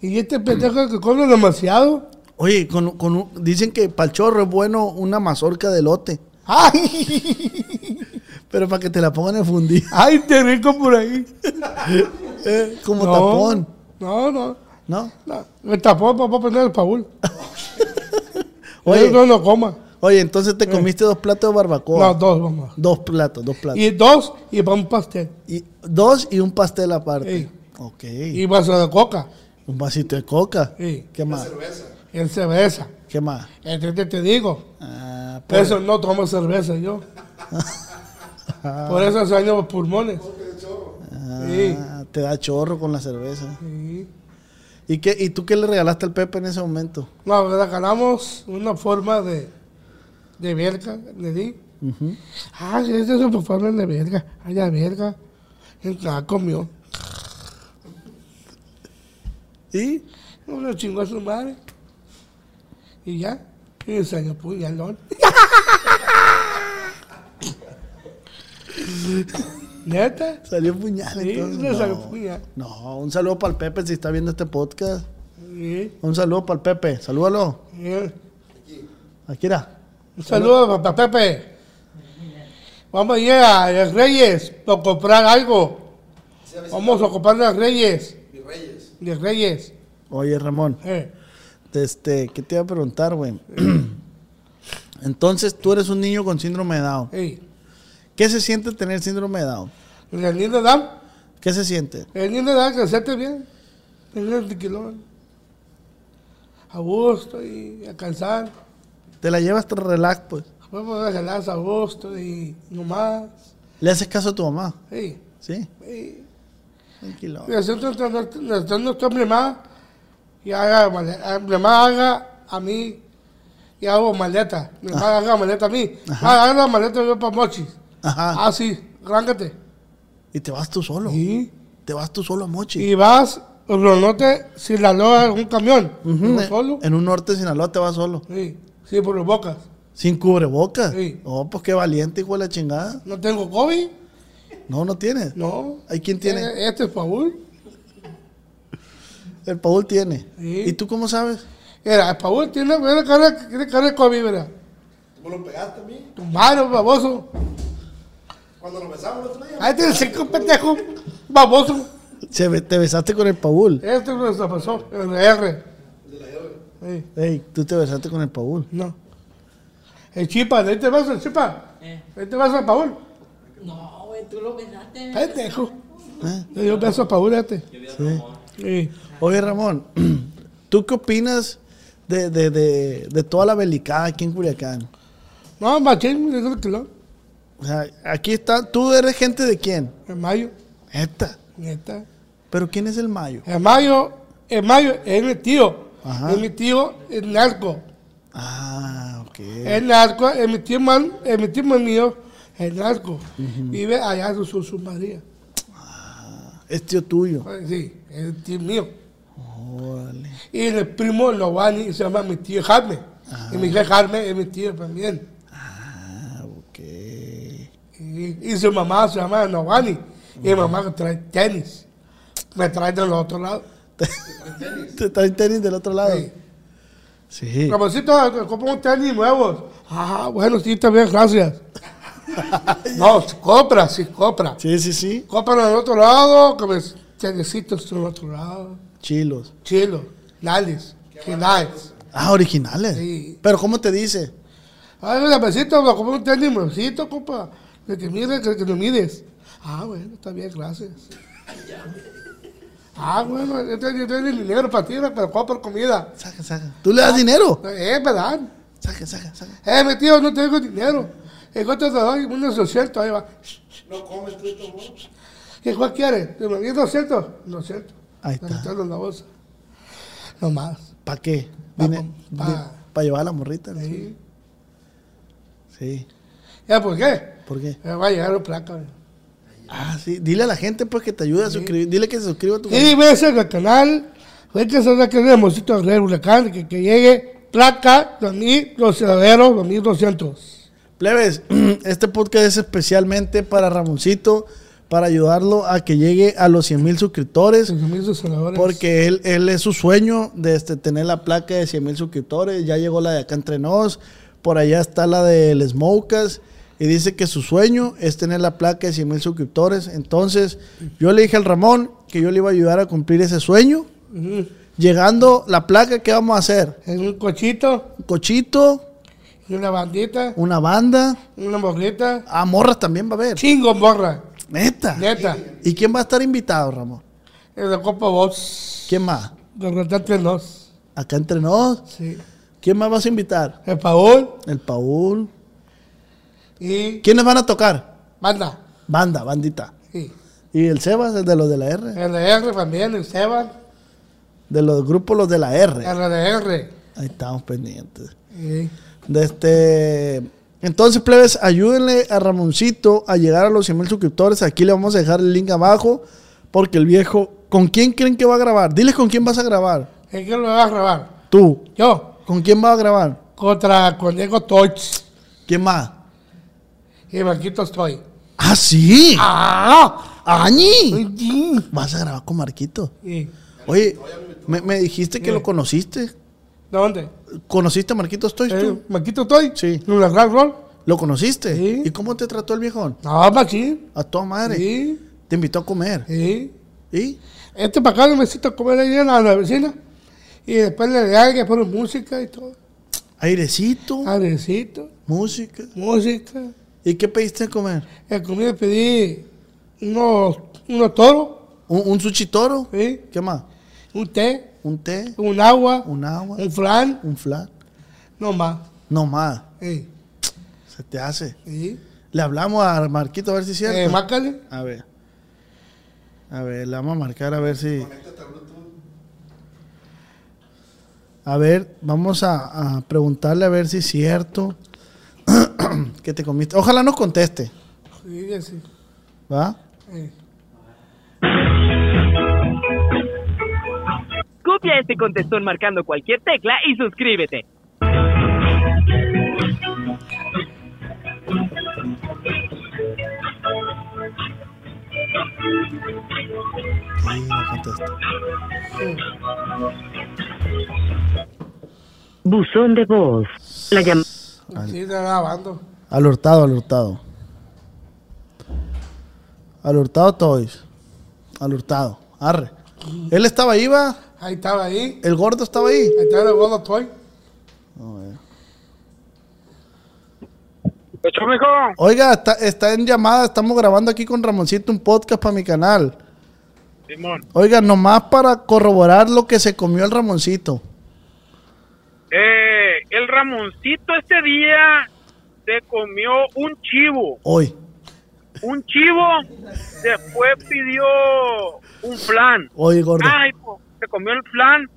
[SPEAKER 3] Y este pendejo que come demasiado.
[SPEAKER 2] Oye, con, con un- dicen que para el chorro es bueno una mazorca de lote.
[SPEAKER 3] ¡Ay!
[SPEAKER 2] Pero para que te la pongan en fundir.
[SPEAKER 3] ¡Ay, te rico por ahí!
[SPEAKER 2] Eh, como
[SPEAKER 3] No,
[SPEAKER 2] tapón.
[SPEAKER 3] No, no.
[SPEAKER 2] ¿No?
[SPEAKER 3] no. El tapón, papá, poner el paul.
[SPEAKER 2] Oye, Oh.
[SPEAKER 3] Él no lo coma.
[SPEAKER 2] Oye, entonces te comiste dos platos de barbacoa.
[SPEAKER 3] Eh. No, dos, vamos.
[SPEAKER 2] Dos platos, dos platos.
[SPEAKER 3] Y dos, y para un pastel.
[SPEAKER 2] Y dos y un pastel aparte.
[SPEAKER 3] Sí.
[SPEAKER 2] Ok.
[SPEAKER 3] Y vaso de coca.
[SPEAKER 2] un vasito de coca.
[SPEAKER 3] Sí.
[SPEAKER 2] ¿Qué más?
[SPEAKER 4] cerveza.
[SPEAKER 3] Y en cerveza.
[SPEAKER 2] ¿Qué más?
[SPEAKER 3] Entonces te digo,
[SPEAKER 2] Ah,
[SPEAKER 3] por
[SPEAKER 2] pues,
[SPEAKER 3] eso no tomo cerveza yo. Por eso sueño los pulmones.
[SPEAKER 2] ah,
[SPEAKER 3] sí.
[SPEAKER 2] te da chorro con la cerveza.
[SPEAKER 3] Sí.
[SPEAKER 2] ¿Y, qué, ¿Y tú qué le regalaste al Pepe en ese momento?
[SPEAKER 3] No, le regalamos una forma de, de verga, le di. Ah, sí, esa es una forma de verga. Ay, la verga. Y la comió.
[SPEAKER 2] ¿Y?
[SPEAKER 3] No lo chingó a su madre. Y ya. Y enseñó puñalón. ¿Neta?
[SPEAKER 2] Salió puñal
[SPEAKER 3] Sí,
[SPEAKER 2] entonces.
[SPEAKER 3] le
[SPEAKER 2] no.
[SPEAKER 3] salió puñal.
[SPEAKER 2] No, un saludo para el Pepe si está viendo este podcast.
[SPEAKER 3] Sí.
[SPEAKER 2] Un saludo para el Pepe. Salúdalo.
[SPEAKER 3] sí.
[SPEAKER 2] Aquí era.
[SPEAKER 3] Un saludo a papá Pepe. Vamos a ir a los Reyes para comprar algo. Vamos a comprar los Reyes.
[SPEAKER 4] Y Reyes.
[SPEAKER 3] Los Reyes.
[SPEAKER 2] Oye, Ramón.
[SPEAKER 3] Eh,
[SPEAKER 2] Este, ¿qué te iba a preguntar, güey? Entonces, tú eres un niño con síndrome de Down.
[SPEAKER 3] eh.
[SPEAKER 2] ¿Qué se siente tener síndrome de Down?
[SPEAKER 3] El niño Dan,
[SPEAKER 2] ¿Qué se siente?
[SPEAKER 3] el niño Dan, que se te bien. El niño de Quilón. A gusto y a cansar.
[SPEAKER 2] Te la llevas tras relax, pues.
[SPEAKER 3] Vamos a jalar a gusto y nomás.
[SPEAKER 2] Le haces caso a tu mamá,
[SPEAKER 3] Sí.
[SPEAKER 2] ¿sí?
[SPEAKER 3] sí.
[SPEAKER 2] Tranquilo.
[SPEAKER 3] Nosotros nuestra problema y haga maleta. Mi mamá haga a mí y hago maleta.
[SPEAKER 2] Ah.
[SPEAKER 3] Mi mamá haga maleta a mí. Ah, Haga la maleta yo para mochis.
[SPEAKER 2] Ajá.
[SPEAKER 3] Ah, sí, rángate.
[SPEAKER 2] Y te vas tú solo.
[SPEAKER 3] Y,
[SPEAKER 2] Te vas tú solo a Mochi.
[SPEAKER 3] y vas, Ronote, si la loa en un camión.
[SPEAKER 2] Ujú. Eh.
[SPEAKER 3] ¿no solo?
[SPEAKER 2] En un norte de Sinaloa te vas solo.
[SPEAKER 3] Sí, sí, por los bocas.
[SPEAKER 2] Sin cubrebocas.
[SPEAKER 3] Sí.
[SPEAKER 2] Oh, pues qué valiente, hijo de la chingada.
[SPEAKER 3] No tengo COVID.
[SPEAKER 2] No, no tienes.
[SPEAKER 3] No.
[SPEAKER 2] ¿Ay, quién tiene?
[SPEAKER 3] Eh, Este es Paul.
[SPEAKER 2] El Paul tiene.
[SPEAKER 3] Sí.
[SPEAKER 2] ¿Y tú cómo sabes?
[SPEAKER 3] Era, el Paul tiene, tiene cara, tiene cara de COVID, ¿verdad?
[SPEAKER 4] Tú me lo pegaste a mí.
[SPEAKER 3] Tu madre, baboso.
[SPEAKER 4] Cuando nos besamos el otro día.
[SPEAKER 3] Ahí tienes cinco pendejo, baboso.
[SPEAKER 2] Se ve- te besaste con el Paul.
[SPEAKER 3] Este es nuestro profesor, el R.
[SPEAKER 4] De la R.
[SPEAKER 3] Sí,
[SPEAKER 2] Ey, tú te besaste con el Paul.
[SPEAKER 3] no. El Chipa, de ahí te vas el Chipa. De ahí te vas a Paul.
[SPEAKER 5] Eh. No, güey, tú lo besaste.
[SPEAKER 3] Pendejo.
[SPEAKER 2] ¿Eh?
[SPEAKER 3] Le dio un beso a Paul este.
[SPEAKER 2] Sí.
[SPEAKER 3] Sí.
[SPEAKER 2] Oye, Ramón, ¿tú qué opinas de, de, de, de toda la belicada aquí en Culiacán?
[SPEAKER 3] No, machín, me dijo el kilo.
[SPEAKER 2] O sea, aquí está, tú eres gente de quién?
[SPEAKER 3] En mayo,
[SPEAKER 2] Esta.
[SPEAKER 3] neta.
[SPEAKER 2] Pero ¿quién es el Mayo?
[SPEAKER 3] En mayo, en mayo, es mi tío.
[SPEAKER 2] Ajá.
[SPEAKER 3] Es mi tío, el narco.
[SPEAKER 2] Ah, ok.
[SPEAKER 3] El narco, es mi tío, man, es mi tío mío, el narco. Vive allá en su, su María.
[SPEAKER 2] Es tío tuyo.
[SPEAKER 3] Pues Sí, es el tío mío.
[SPEAKER 2] Órale.
[SPEAKER 3] Y el primo Lovani se llama mi tío Jaime. Y mi hija Carmen es mi tío también.
[SPEAKER 2] Ah, ok.
[SPEAKER 3] Y, y su mamá se llama Novani. Y mi mamá que trae tenis. Me trae del otro lado.
[SPEAKER 2] Te traen tenis del otro lado.
[SPEAKER 3] Sí.
[SPEAKER 2] Sí.
[SPEAKER 3] Ramoncito, te compro un tenis nuevos. Ah, bueno, sí, también, gracias. no, si compra, sí, compra.
[SPEAKER 2] Sí, sí, sí.
[SPEAKER 3] Compra del otro lado, que me tenisitos del otro lado.
[SPEAKER 2] Chilos.
[SPEAKER 3] Chilo, Lalis, Gilais.
[SPEAKER 2] Ah, originales.
[SPEAKER 3] Sí.
[SPEAKER 2] Pero ¿cómo te dice?
[SPEAKER 3] Ay, la Ah, besito, me compré un tenis nuevecito, compa. De que mires, que, que lo mires. Ah, bueno, está bien, gracias. Ah, bueno, este yo tengo el dinero para ti, pero compro comida.
[SPEAKER 2] Saca, saca. ¿Tú le das dinero?
[SPEAKER 3] Eh, ¿verdad?
[SPEAKER 2] Saca, saca, saca.
[SPEAKER 3] Eh, mi tío, no tengo dinero. ¿En cuánto te doy? Unos 200, ahí va.
[SPEAKER 4] No comes tú, tu amor.
[SPEAKER 3] ¿Qué cuál quieres? ¿Te me 200? 200.
[SPEAKER 2] Ahí está.
[SPEAKER 3] 200 en la bolsa. No más.
[SPEAKER 2] ¿Para qué?
[SPEAKER 3] Pa- pa-
[SPEAKER 2] Para llevar a la morrita. ¿no?
[SPEAKER 3] Sí.
[SPEAKER 2] Sí.
[SPEAKER 3] ¿Ya por qué?
[SPEAKER 2] ¿Por qué?
[SPEAKER 3] Eh, va a llegar la placa. güey.
[SPEAKER 2] Ah, sí. Dile a la gente pues que te ayude a suscribir. Dile que se suscriba a tu
[SPEAKER 3] Y veces al canal, hay que saber que es hermosito de Rey Huracán, que, que llegue placa 2200, 2200.
[SPEAKER 2] Plebes, este podcast es especialmente para Ramoncito, para ayudarlo a que llegue a los 100 mil suscriptores.
[SPEAKER 3] 5,000 suscriptores.
[SPEAKER 2] Porque él, él es su sueño de este, tener la placa de 100 mil suscriptores. Ya llegó la de acá entre nos. Por allá está la del Smokas. Y dice que su sueño es tener la placa de 100 mil suscriptores. Entonces, yo le dije al Ramón que yo le iba a ayudar a cumplir ese sueño.
[SPEAKER 3] Ujú.
[SPEAKER 2] Llegando la placa, ¿qué vamos a hacer?
[SPEAKER 3] Es un cochito
[SPEAKER 2] Cochito,
[SPEAKER 3] y Y una bandita,
[SPEAKER 2] una banda.
[SPEAKER 3] una morrita.
[SPEAKER 2] Ah, morras también va a haber.
[SPEAKER 3] Chingo morra,
[SPEAKER 2] Neta.
[SPEAKER 3] neta.
[SPEAKER 2] ¿Y quién va a estar invitado, Ramón?
[SPEAKER 3] En la Copa Voz.
[SPEAKER 2] ¿Quién más?
[SPEAKER 3] Los cantantes nos.
[SPEAKER 2] Acá entre nos.
[SPEAKER 3] Sí.
[SPEAKER 2] ¿Quién más vas a invitar?
[SPEAKER 3] El Paul
[SPEAKER 2] El Paul.
[SPEAKER 3] y
[SPEAKER 2] ¿Quiénes van a tocar?
[SPEAKER 3] Banda.
[SPEAKER 2] Banda, bandita.
[SPEAKER 3] Sí.
[SPEAKER 2] ¿Y el Sebas, el de los de la R?
[SPEAKER 3] LR también, el Esteban.
[SPEAKER 2] De los grupos los de la R.
[SPEAKER 3] LR.
[SPEAKER 2] Ahí estamos pendientes.
[SPEAKER 3] Sí.
[SPEAKER 2] De este... Entonces, plebes, ayúdenle a Ramoncito a llegar a los 100 mil suscriptores. Aquí le vamos a dejar el link abajo. Porque el viejo... ¿Con quién creen que va a grabar? Diles con quién vas a grabar.
[SPEAKER 3] ¿Y quién lo va a grabar?
[SPEAKER 2] Tú.
[SPEAKER 3] Yo.
[SPEAKER 2] ¿Con quién vas a grabar?
[SPEAKER 3] Contra con Diego Toits
[SPEAKER 2] ¿Quién más?
[SPEAKER 3] y Marquitos Toy.
[SPEAKER 2] ¡Ah, sí!
[SPEAKER 3] ¡Ah!
[SPEAKER 2] ¡Añi!
[SPEAKER 3] Sí.
[SPEAKER 2] Vas a grabar con Marquito.
[SPEAKER 3] Sí.
[SPEAKER 2] Oye, me, me dijiste que lo conociste.
[SPEAKER 3] ¿Dónde?
[SPEAKER 2] ¿Conociste a Marquitos Toys tú?
[SPEAKER 3] Eh, ¿Marquitos Toy?
[SPEAKER 2] Sí.
[SPEAKER 3] ¿En la Rock Roll?
[SPEAKER 2] ¿Lo conociste?
[SPEAKER 3] Sí.
[SPEAKER 2] ¿Y cómo te trató el viejón?
[SPEAKER 3] No, Machín.
[SPEAKER 2] A toda madre.
[SPEAKER 3] Sí.
[SPEAKER 2] Te invitó a comer.
[SPEAKER 3] Sí.
[SPEAKER 2] ¿Y?
[SPEAKER 3] Este para acá lo necesito comer ahí en la, la vecina. Y después le da que ponen música y todo.
[SPEAKER 2] Airecito,
[SPEAKER 3] Ah. Agresito,
[SPEAKER 2] música.
[SPEAKER 3] música.
[SPEAKER 2] ¿Y qué pediste de comer?
[SPEAKER 3] El comida pedí unos, unos toros,
[SPEAKER 2] ¿Un, un sushi toro?
[SPEAKER 3] ¿sí?
[SPEAKER 2] ¿Qué más?
[SPEAKER 3] un té,
[SPEAKER 2] ¿Un té?
[SPEAKER 3] un agua,
[SPEAKER 2] ¿Un agua?
[SPEAKER 3] un flan,
[SPEAKER 2] ¿Un flan?
[SPEAKER 3] no más.
[SPEAKER 2] No más.
[SPEAKER 3] Sí.
[SPEAKER 2] Se te hace.
[SPEAKER 3] Sí.
[SPEAKER 2] Le hablamos a Marquito a ver si es cierto.
[SPEAKER 3] Eh, márcale.
[SPEAKER 2] A ver. A ver, le vamos a marcar a ver si. A ver, vamos a, a preguntarle a ver si es cierto que te comiste. Ojalá nos conteste,
[SPEAKER 3] Sí, así.
[SPEAKER 2] ¿va?
[SPEAKER 3] Eh.
[SPEAKER 6] Copia este contestón marcando cualquier tecla y suscríbete.
[SPEAKER 2] Sí, nos contesta.
[SPEAKER 7] Buzón de voz. La llamada.
[SPEAKER 3] Sí, está grabando.
[SPEAKER 2] Al hurtado, al hurtado. Al hurtado, Toys. Al hurtado. Arre. Él estaba ahí, va.
[SPEAKER 3] Ahí estaba ahí.
[SPEAKER 2] El gordo estaba ahí.
[SPEAKER 3] Ahí estaba el gordo toy.
[SPEAKER 8] hecho, mijo?
[SPEAKER 2] Oiga, está, está en llamada. Estamos grabando aquí con Ramoncito un podcast para mi canal.
[SPEAKER 8] Simón.
[SPEAKER 2] Oiga, nomás para corroborar lo que se comió el Ramoncito.
[SPEAKER 8] Eh, el Ramoncito este día se comió un chivo.
[SPEAKER 2] Hoy.
[SPEAKER 8] Un chivo. Después pidió un flan.
[SPEAKER 2] Hoy, gordo.
[SPEAKER 8] Ay, po, se comió el flan.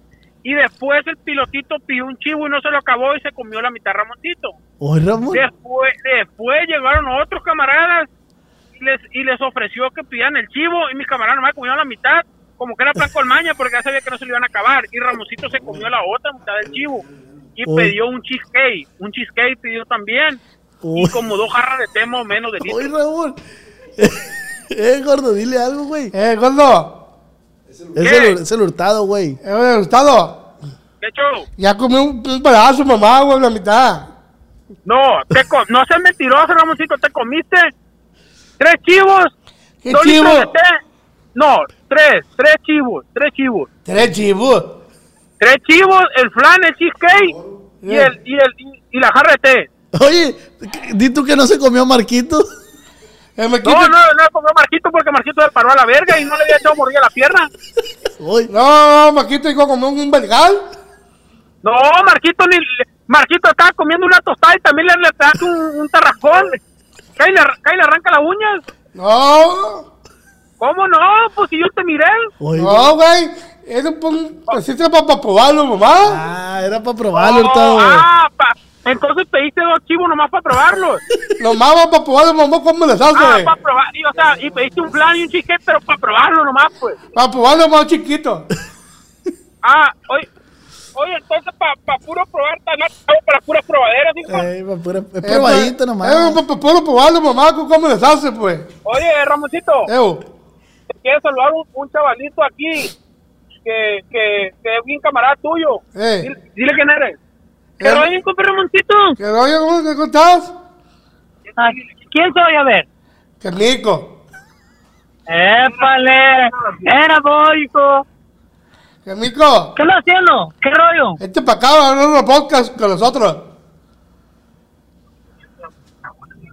[SPEAKER 8] Y después el pilotito pidió un chivo y no se lo acabó y se comió la mitad Ramoncito.
[SPEAKER 2] Hoy, Ramón.
[SPEAKER 8] Después, después llegaron otros camaradas y les, y les ofreció que pidieran el chivo y mis camaradas nomás comieron la mitad, como que era plan con maña porque ya sabía que no se lo iban a acabar y Ramoncito se comió la otra mitad del chivo y
[SPEAKER 2] Uy.
[SPEAKER 8] pidió un cheesecake, un cheesecake pidió también
[SPEAKER 2] Uy.
[SPEAKER 8] y como dos jarras de té más o menos de
[SPEAKER 2] Hoy,
[SPEAKER 8] litro.
[SPEAKER 2] Ramón. eh, gordo, dile algo, güey.
[SPEAKER 3] Eh, gordo,
[SPEAKER 2] Es el, es el hurtado, güey.
[SPEAKER 3] eh, oye, Gustavo,
[SPEAKER 8] De hecho,
[SPEAKER 3] ya comí un, un pedazo, mamá, güey, la mitad.
[SPEAKER 8] no, te co- no seas mentiroso Ramoncito, te comiste tres chivos,
[SPEAKER 3] ¿Qué
[SPEAKER 8] dos litros
[SPEAKER 3] chivo?
[SPEAKER 8] de té, no, tres, tres chivos, tres chivos.
[SPEAKER 3] Tres chivos.
[SPEAKER 8] Tres chivos, el flan, el cheesecake y, el, y, el, y, y la jarra de té.
[SPEAKER 2] Oye, di tú que no se comió Marquito.
[SPEAKER 3] Eh, me
[SPEAKER 8] No,
[SPEAKER 3] quito-
[SPEAKER 8] no, no le comió a Marquito porque Marquito le paró a la verga y no le había echado morir a la pierna.
[SPEAKER 2] Hoy.
[SPEAKER 3] No, Maquito dijo como un vergal.
[SPEAKER 8] No, Marquito ni Marquito estaba comiendo una tostada y también le, le trajo un, un tarrascón. Cae y le, arra- cae y le arranca las uñas.
[SPEAKER 3] No,
[SPEAKER 8] ¿Cómo no? Pues si yo te miré.
[SPEAKER 2] Hoy. güey.
[SPEAKER 8] Ah.
[SPEAKER 3] no, güey. Era un pon- pasito para probarlo, mamá.
[SPEAKER 2] Ah, era para probarlo, el hurtado,
[SPEAKER 8] Oh,
[SPEAKER 2] güey.
[SPEAKER 8] ah, pa- entonces pediste dos chivos nomás para probarlos.
[SPEAKER 3] Nomás va para probarlo, mamá, ¿cómo les
[SPEAKER 8] Ah,
[SPEAKER 3] hace?
[SPEAKER 8] para probar. Y, o sea, y pediste un flan y un cheesecake, pero para probarlo nomás, pues.
[SPEAKER 3] Para probarlo más chiquito.
[SPEAKER 8] Ah, oye, oye entonces para puro probar, está no, para puras probaderas, hijo.
[SPEAKER 2] Eh, pa' pura- es probadito nomás.
[SPEAKER 3] para probarlo, mamá, ¿cómo les hace, pues?
[SPEAKER 8] Oye, Ramoncito,
[SPEAKER 3] Evo,
[SPEAKER 8] te quiero saludar un, un chavalito aquí que, que, que es bien camarada tuyo.
[SPEAKER 3] Eh.
[SPEAKER 8] Dile, dile quién eres. Pero oye, compa Ramoncito.
[SPEAKER 3] ¿que oye cómo te contás?
[SPEAKER 8] ¿Quién soy? A ver.
[SPEAKER 3] Que rico.
[SPEAKER 8] Épale, era boico.
[SPEAKER 3] Que rico.
[SPEAKER 8] ¿Qué lo haciendo? ¿Qué rollo?
[SPEAKER 3] Este para acá va a hablar unos podcast con nosotros.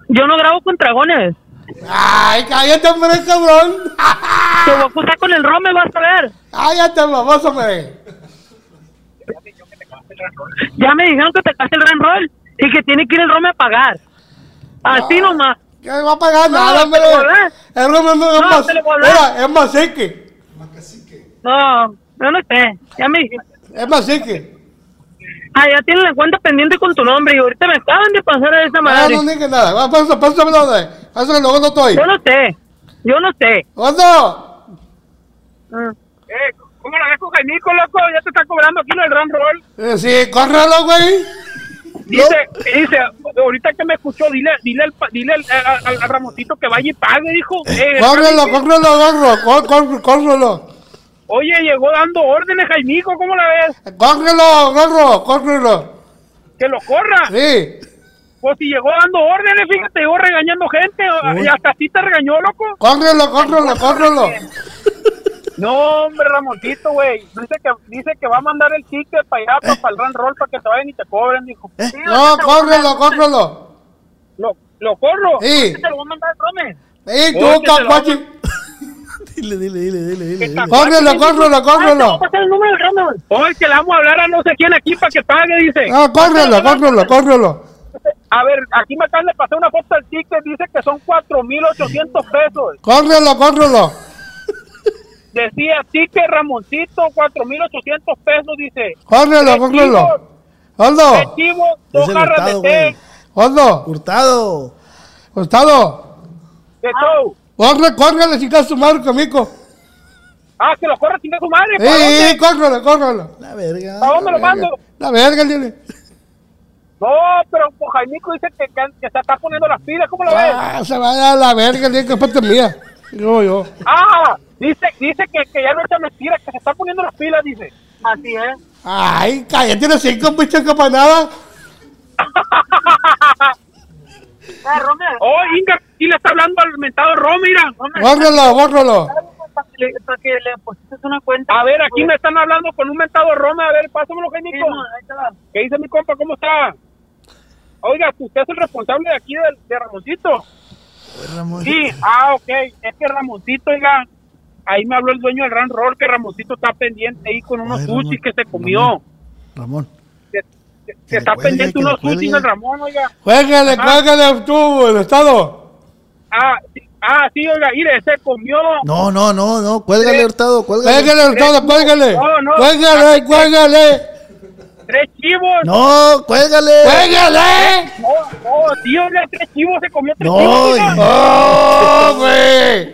[SPEAKER 6] Yo no grabo con dragones.
[SPEAKER 3] Ay, cállate, hombre, cabrón.
[SPEAKER 6] Te voy a acusar con el Rome, vas a ver.
[SPEAKER 3] Cállate, baboso, hombre.
[SPEAKER 6] Ya me dijeron que te caste el Ren Roll y que tiene que ir el Rome a pagar. Así nomás.
[SPEAKER 3] ¿Qué va a pagar?
[SPEAKER 6] No,
[SPEAKER 3] Nada,
[SPEAKER 6] te
[SPEAKER 3] hombre.
[SPEAKER 6] lo voy a dar.
[SPEAKER 3] Es Romeo, es
[SPEAKER 6] No,
[SPEAKER 3] más.
[SPEAKER 6] te lo voy a dar.
[SPEAKER 3] Mira, es más seque.
[SPEAKER 6] No, yo no sé. Ya me dijeron.
[SPEAKER 3] Es más seque.
[SPEAKER 6] Ah, ya tienen la cuenta pendiente con tu nombre y ahorita me acaban de pasar a esa
[SPEAKER 3] Ah,
[SPEAKER 6] madre.
[SPEAKER 3] no digas nada. Va, pásame, pásame, ¿dónde? Pásame, luego no estoy.
[SPEAKER 6] Yo no sé. Yo no sé.
[SPEAKER 3] ¿Dónde?
[SPEAKER 6] Ah.
[SPEAKER 8] Eh, ¿Cómo la ves con Jaimico, loco? Ya te está cobrando aquí lo del Ron Roll.
[SPEAKER 3] Eh, Sí, córrelo, güey.
[SPEAKER 8] Dice, dice, ahorita que me escuchó, dile, dile, al, pa- dile al, a- a- al Ramoncito que vaya y pague, dijo. Eh,
[SPEAKER 3] Córrelo, córrelo, gorro. Cór- cór- Córrelo.
[SPEAKER 8] Oye, llegó dando órdenes, Jaimico, ¿cómo la ves?
[SPEAKER 3] Córrelo, gorro. Córrelo.
[SPEAKER 8] Que lo corra.
[SPEAKER 3] Sí.
[SPEAKER 8] Pues si llegó dando órdenes, fíjate, llegó regañando gente.
[SPEAKER 2] Uy.
[SPEAKER 8] Y hasta así te regañó, loco.
[SPEAKER 3] Córrelo, córrelo, córrelo.
[SPEAKER 8] No, hombre, Ramoncito, güey. Dice que, dice que va a mandar el ticket para allá, para, el Ron Roll, para que te vayan y te cobren, dijo. Sí,
[SPEAKER 3] Eh. No,
[SPEAKER 8] ahorita te lo voy a mandar.
[SPEAKER 3] córrelo, córrelo.
[SPEAKER 8] Lo, lo corro.
[SPEAKER 3] Sí.
[SPEAKER 8] Ahorita Te lo voy a mandar, Rome.
[SPEAKER 3] Sí,
[SPEAKER 8] Oye,
[SPEAKER 3] tú,
[SPEAKER 8] que se lo
[SPEAKER 3] cacuachi.
[SPEAKER 2] Dile, dile, dile, dile, dile.
[SPEAKER 8] Que
[SPEAKER 2] dile.
[SPEAKER 8] está-
[SPEAKER 3] Córrelo, córrelo, córrelo.
[SPEAKER 8] Hoy que le vamos a hablar a no sé quién aquí para que pague, dice.
[SPEAKER 3] No, córrelo, córrelo, córrelo.
[SPEAKER 8] A ver, aquí me acaban de pasar una foto al ticket, dice que son 4,800 pesos.
[SPEAKER 3] Córrelo, córrelo.
[SPEAKER 8] Decía ticket Ramoncito, 4,800 pesos, dice.
[SPEAKER 3] Córrelo,
[SPEAKER 8] Recibo-
[SPEAKER 3] córrelo. Aldo,
[SPEAKER 8] Recibo, dos
[SPEAKER 2] el
[SPEAKER 8] jarras
[SPEAKER 2] Hurtado,
[SPEAKER 8] de té,
[SPEAKER 3] Aldo,
[SPEAKER 2] Hurtado.
[SPEAKER 3] Gustavo.
[SPEAKER 8] de show.
[SPEAKER 3] Corre, córrele, chicas, su madre conmigo.
[SPEAKER 8] Ah, que lo corra sin su madre. ¿Para dónde?
[SPEAKER 3] Sí, córrelo, córrelo.
[SPEAKER 2] La verga.
[SPEAKER 8] ¿Para dónde lo mando?
[SPEAKER 3] La verga, dile.
[SPEAKER 8] No, pero pues, Jaimico dice que, que- que se está poniendo las pilas, ¿cómo lo ves?
[SPEAKER 3] Ah, se vaya a la verga, dile que es parte mía. Yo, yo.
[SPEAKER 8] Ah, dice, dice que, que ya no echa mentiras, que se está poniendo las pilas, dice. Así es.
[SPEAKER 3] Ay, cállate los cinco pinches campanadas.
[SPEAKER 8] Oh, Inga, y le está hablando al mentado Rom, mira.
[SPEAKER 3] Córrelo, córrelo.
[SPEAKER 5] Para que le, para que le deposites una cuenta.
[SPEAKER 8] A ver, aquí me están hablando con un mentado Rome. A ver, pásamelo,
[SPEAKER 5] Sí,
[SPEAKER 8] Jaimico.
[SPEAKER 5] no, ahí te va.
[SPEAKER 8] ¿Qué dice mi compa? ¿Cómo está? Oiga, usted es el responsable de aquí del- de, Ramoncito.
[SPEAKER 2] Ramón.
[SPEAKER 8] Sí, ah, ok. Es que Ramoncito, oiga, ahí me habló el dueño del Ran Roll que Ramoncito está pendiente ahí con unos
[SPEAKER 2] Ay, Ramón,
[SPEAKER 8] sushis que se comió.
[SPEAKER 2] Ramón. Ramón.
[SPEAKER 8] Que, que- que
[SPEAKER 2] Que le
[SPEAKER 8] está
[SPEAKER 2] cuelgue,
[SPEAKER 8] pendiente
[SPEAKER 2] que le
[SPEAKER 8] unos sushis
[SPEAKER 2] cuelgue.
[SPEAKER 8] el Ramón, oiga.
[SPEAKER 3] Juégale, juégale tú, el Estado.
[SPEAKER 8] Ah, sí, ah, sí, oiga, mire, se comió.
[SPEAKER 2] No, no, no, no. Cuélgale,
[SPEAKER 8] Sí.
[SPEAKER 2] Hurtado. Cuélgale.
[SPEAKER 3] Juégale, Hurtado, juégale.
[SPEAKER 8] No, no.
[SPEAKER 3] Juégale, juégale.
[SPEAKER 8] Tres chivos.
[SPEAKER 2] No, cuélgale.
[SPEAKER 3] Juégale.
[SPEAKER 8] No, no, tío, oiga, tres chivos, se comió tres
[SPEAKER 2] No,
[SPEAKER 8] chivos. oiga.
[SPEAKER 2] y-
[SPEAKER 3] ¡Oh, güey!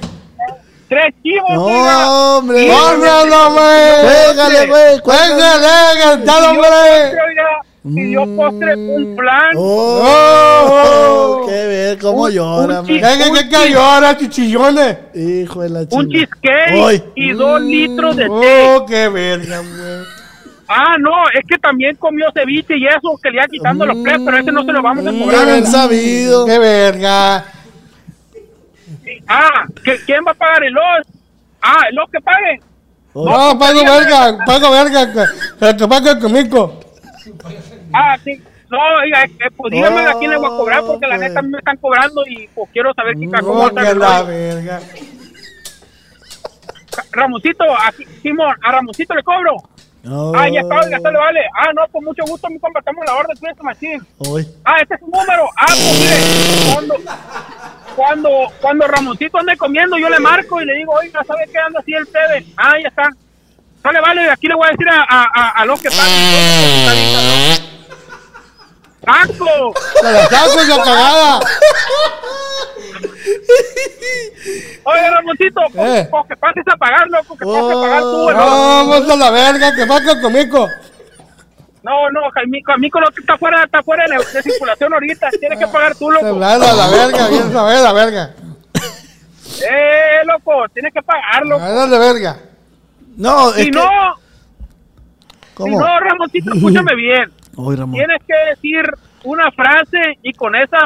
[SPEAKER 8] Tres chivos, oiga.
[SPEAKER 2] No, hombre.
[SPEAKER 3] ¡Córrelo, güey!
[SPEAKER 2] Cuélgale, güey. Cuélgale.
[SPEAKER 3] ¡Cuélgale, cantado,
[SPEAKER 8] Pidió
[SPEAKER 3] güey!
[SPEAKER 8] postre, oiga, pidió
[SPEAKER 2] Mm.
[SPEAKER 8] postre un plan.
[SPEAKER 2] Oh,
[SPEAKER 3] No.
[SPEAKER 2] qué ver cómo
[SPEAKER 8] Un-
[SPEAKER 2] llora,
[SPEAKER 8] un
[SPEAKER 2] man.
[SPEAKER 8] chico.
[SPEAKER 3] ¿Qué, qué, qué cayó ahora, chichillones?
[SPEAKER 2] Hijo de la
[SPEAKER 8] Un
[SPEAKER 2] chingada.
[SPEAKER 8] cheesecake
[SPEAKER 2] Hoy.
[SPEAKER 8] y dos
[SPEAKER 2] Mm.
[SPEAKER 8] litros de té.
[SPEAKER 3] ¡Oh, qué verga, güey!
[SPEAKER 8] Ah, no, es que también comió ceviche y eso, que le iba quitando los plebes, pero ese no se lo vamos a
[SPEAKER 2] Qué
[SPEAKER 8] cobrar.
[SPEAKER 2] bien sabido.
[SPEAKER 3] Mm, ¡Qué verga!
[SPEAKER 8] Ah, ¿que- ¿quién va a pagar el los? Ah, el los que paguen.
[SPEAKER 3] ¡No, pago verga! ¡Pago verga! que- ¡Que que pague conmigo!
[SPEAKER 8] Ah, sí. No, oiga, eh, eh, pues dígame a quién le voy a cobrar, porque la
[SPEAKER 2] Hombre.
[SPEAKER 8] neta a mí me están cobrando y pues quiero saber qué cagó.
[SPEAKER 3] ¡Oh, qué la verga!
[SPEAKER 8] Ramoncito, aquí, Simón, a Ramoncito le cobro.
[SPEAKER 2] No.
[SPEAKER 8] Ah, ya está, oiga, se le vale. Ah, no, con mucho gusto, mi compa, estamos en la orden, cuídate, machín.
[SPEAKER 2] Hoy.
[SPEAKER 8] Ah, este es un número. Ah, pues mire, cuando, cuando, cuando Ramoncito ande comiendo, yo le marco y le digo, oiga, ¿sabe qué anda así el plebe? Ah, ya está. Sale, vale, aquí le voy a decir a, a, a, a los que están. ¡Taco!
[SPEAKER 3] ¡Se la saco la cagada!
[SPEAKER 8] Oye, Ramoncito, pues,
[SPEAKER 3] Eh. Oh. Ah.
[SPEAKER 8] pues que pases a pagar, loco, que pases a pagar tú, no.
[SPEAKER 3] ¡No, vamos a la verga! ¡Que pague conmigo!
[SPEAKER 8] No, no, Jaimico, a mí con lo que está fuera, está fuera de, de circulación ahorita, tienes que pagar tú,
[SPEAKER 3] Ah, ¡Se
[SPEAKER 8] loco.
[SPEAKER 3] blada la verga! ¡Bien saber la verga!
[SPEAKER 8] Eh, loco, tienes que pagarlo.
[SPEAKER 3] ¡Blada la verga!
[SPEAKER 2] No, es
[SPEAKER 8] Si
[SPEAKER 2] que-
[SPEAKER 8] no, si
[SPEAKER 2] ¿Cómo?
[SPEAKER 8] no, Ramoncito, escúchame bien.
[SPEAKER 2] Hoy, Ramón.
[SPEAKER 8] Tienes que decir una frase y con esa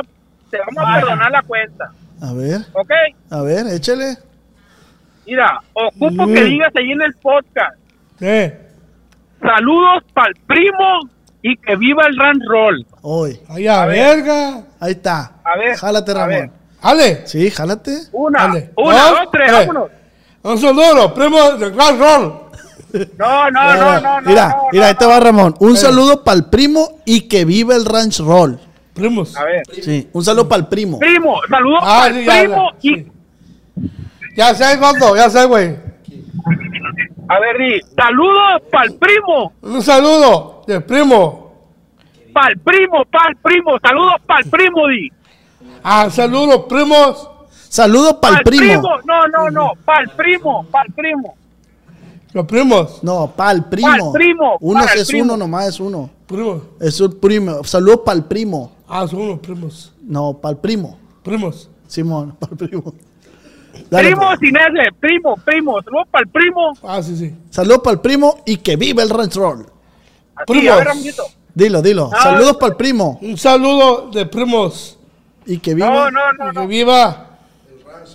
[SPEAKER 8] te vamos a perdonar la cuenta,
[SPEAKER 2] A ver,
[SPEAKER 8] ¿ok?
[SPEAKER 2] a ver, échale.
[SPEAKER 8] Mira, ocupo
[SPEAKER 3] Mm.
[SPEAKER 8] que digas ahí en el podcast.
[SPEAKER 3] Sí.
[SPEAKER 8] Saludos para el primo y y que viva el Rand Roll.
[SPEAKER 2] Hoy.
[SPEAKER 3] Ay, a verga.
[SPEAKER 2] Ahí está.
[SPEAKER 8] A ver,
[SPEAKER 2] Jálate,
[SPEAKER 8] a
[SPEAKER 2] Ramón.
[SPEAKER 8] ver.
[SPEAKER 3] Ale.
[SPEAKER 2] Sí, jálate.
[SPEAKER 8] Una,
[SPEAKER 3] Dale.
[SPEAKER 8] una,
[SPEAKER 3] Dos,
[SPEAKER 8] dos, tres,
[SPEAKER 3] tres.
[SPEAKER 8] vámonos.
[SPEAKER 3] Un saludo, primo de Grand Roll.
[SPEAKER 8] No, no, no, no, no.
[SPEAKER 2] Eh, mira,
[SPEAKER 8] no, Eh.
[SPEAKER 2] mira,
[SPEAKER 8] no,
[SPEAKER 2] ahí te va Ramón. Un saludo para el primo y que viva el ranch roll.
[SPEAKER 3] Primos.
[SPEAKER 8] A ver.
[SPEAKER 2] Sí, un saludo para el primo.
[SPEAKER 8] Primo, saludos
[SPEAKER 3] Ah,
[SPEAKER 8] al
[SPEAKER 3] sí, ya,
[SPEAKER 8] primo
[SPEAKER 3] ya,
[SPEAKER 8] y.
[SPEAKER 3] sí. Ya sé, gordo, ya sé, güey.
[SPEAKER 8] A ver, di, saludos pa'l primo,
[SPEAKER 3] Un saludo del primo.
[SPEAKER 8] pa'l primo, pa'l primo, saludos pa'l primo, di.
[SPEAKER 3] Ah, saludos, primos.
[SPEAKER 2] Saludo para el primo.
[SPEAKER 8] No, no, no, pa'l primo, pa'l primo.
[SPEAKER 3] Los primos.
[SPEAKER 2] No, para el primo.
[SPEAKER 8] primo,
[SPEAKER 2] Uno
[SPEAKER 8] pa'l
[SPEAKER 2] es
[SPEAKER 8] primo.
[SPEAKER 2] uno, nomás es uno.
[SPEAKER 3] Primos.
[SPEAKER 2] Es un primo. Saludo para el primo.
[SPEAKER 3] Ah, son los primos.
[SPEAKER 2] No, para el primo.
[SPEAKER 3] Primos.
[SPEAKER 2] Simón, para el primo. Dale,
[SPEAKER 8] Primo
[SPEAKER 2] pues.
[SPEAKER 8] sin ese, primo, primo, saludos pa'l primo.
[SPEAKER 3] Ah, sí, sí.
[SPEAKER 2] Saludo para el primo y que viva el ranch roll.
[SPEAKER 8] Así,
[SPEAKER 3] Primos.
[SPEAKER 8] a ver, Ramoncito.
[SPEAKER 2] Dilo, dilo.
[SPEAKER 8] Ah.
[SPEAKER 2] Saludos para el primo
[SPEAKER 3] Un saludo de primos.
[SPEAKER 2] y que viva.
[SPEAKER 8] No, no, no,
[SPEAKER 3] Y que
[SPEAKER 8] no,
[SPEAKER 3] viva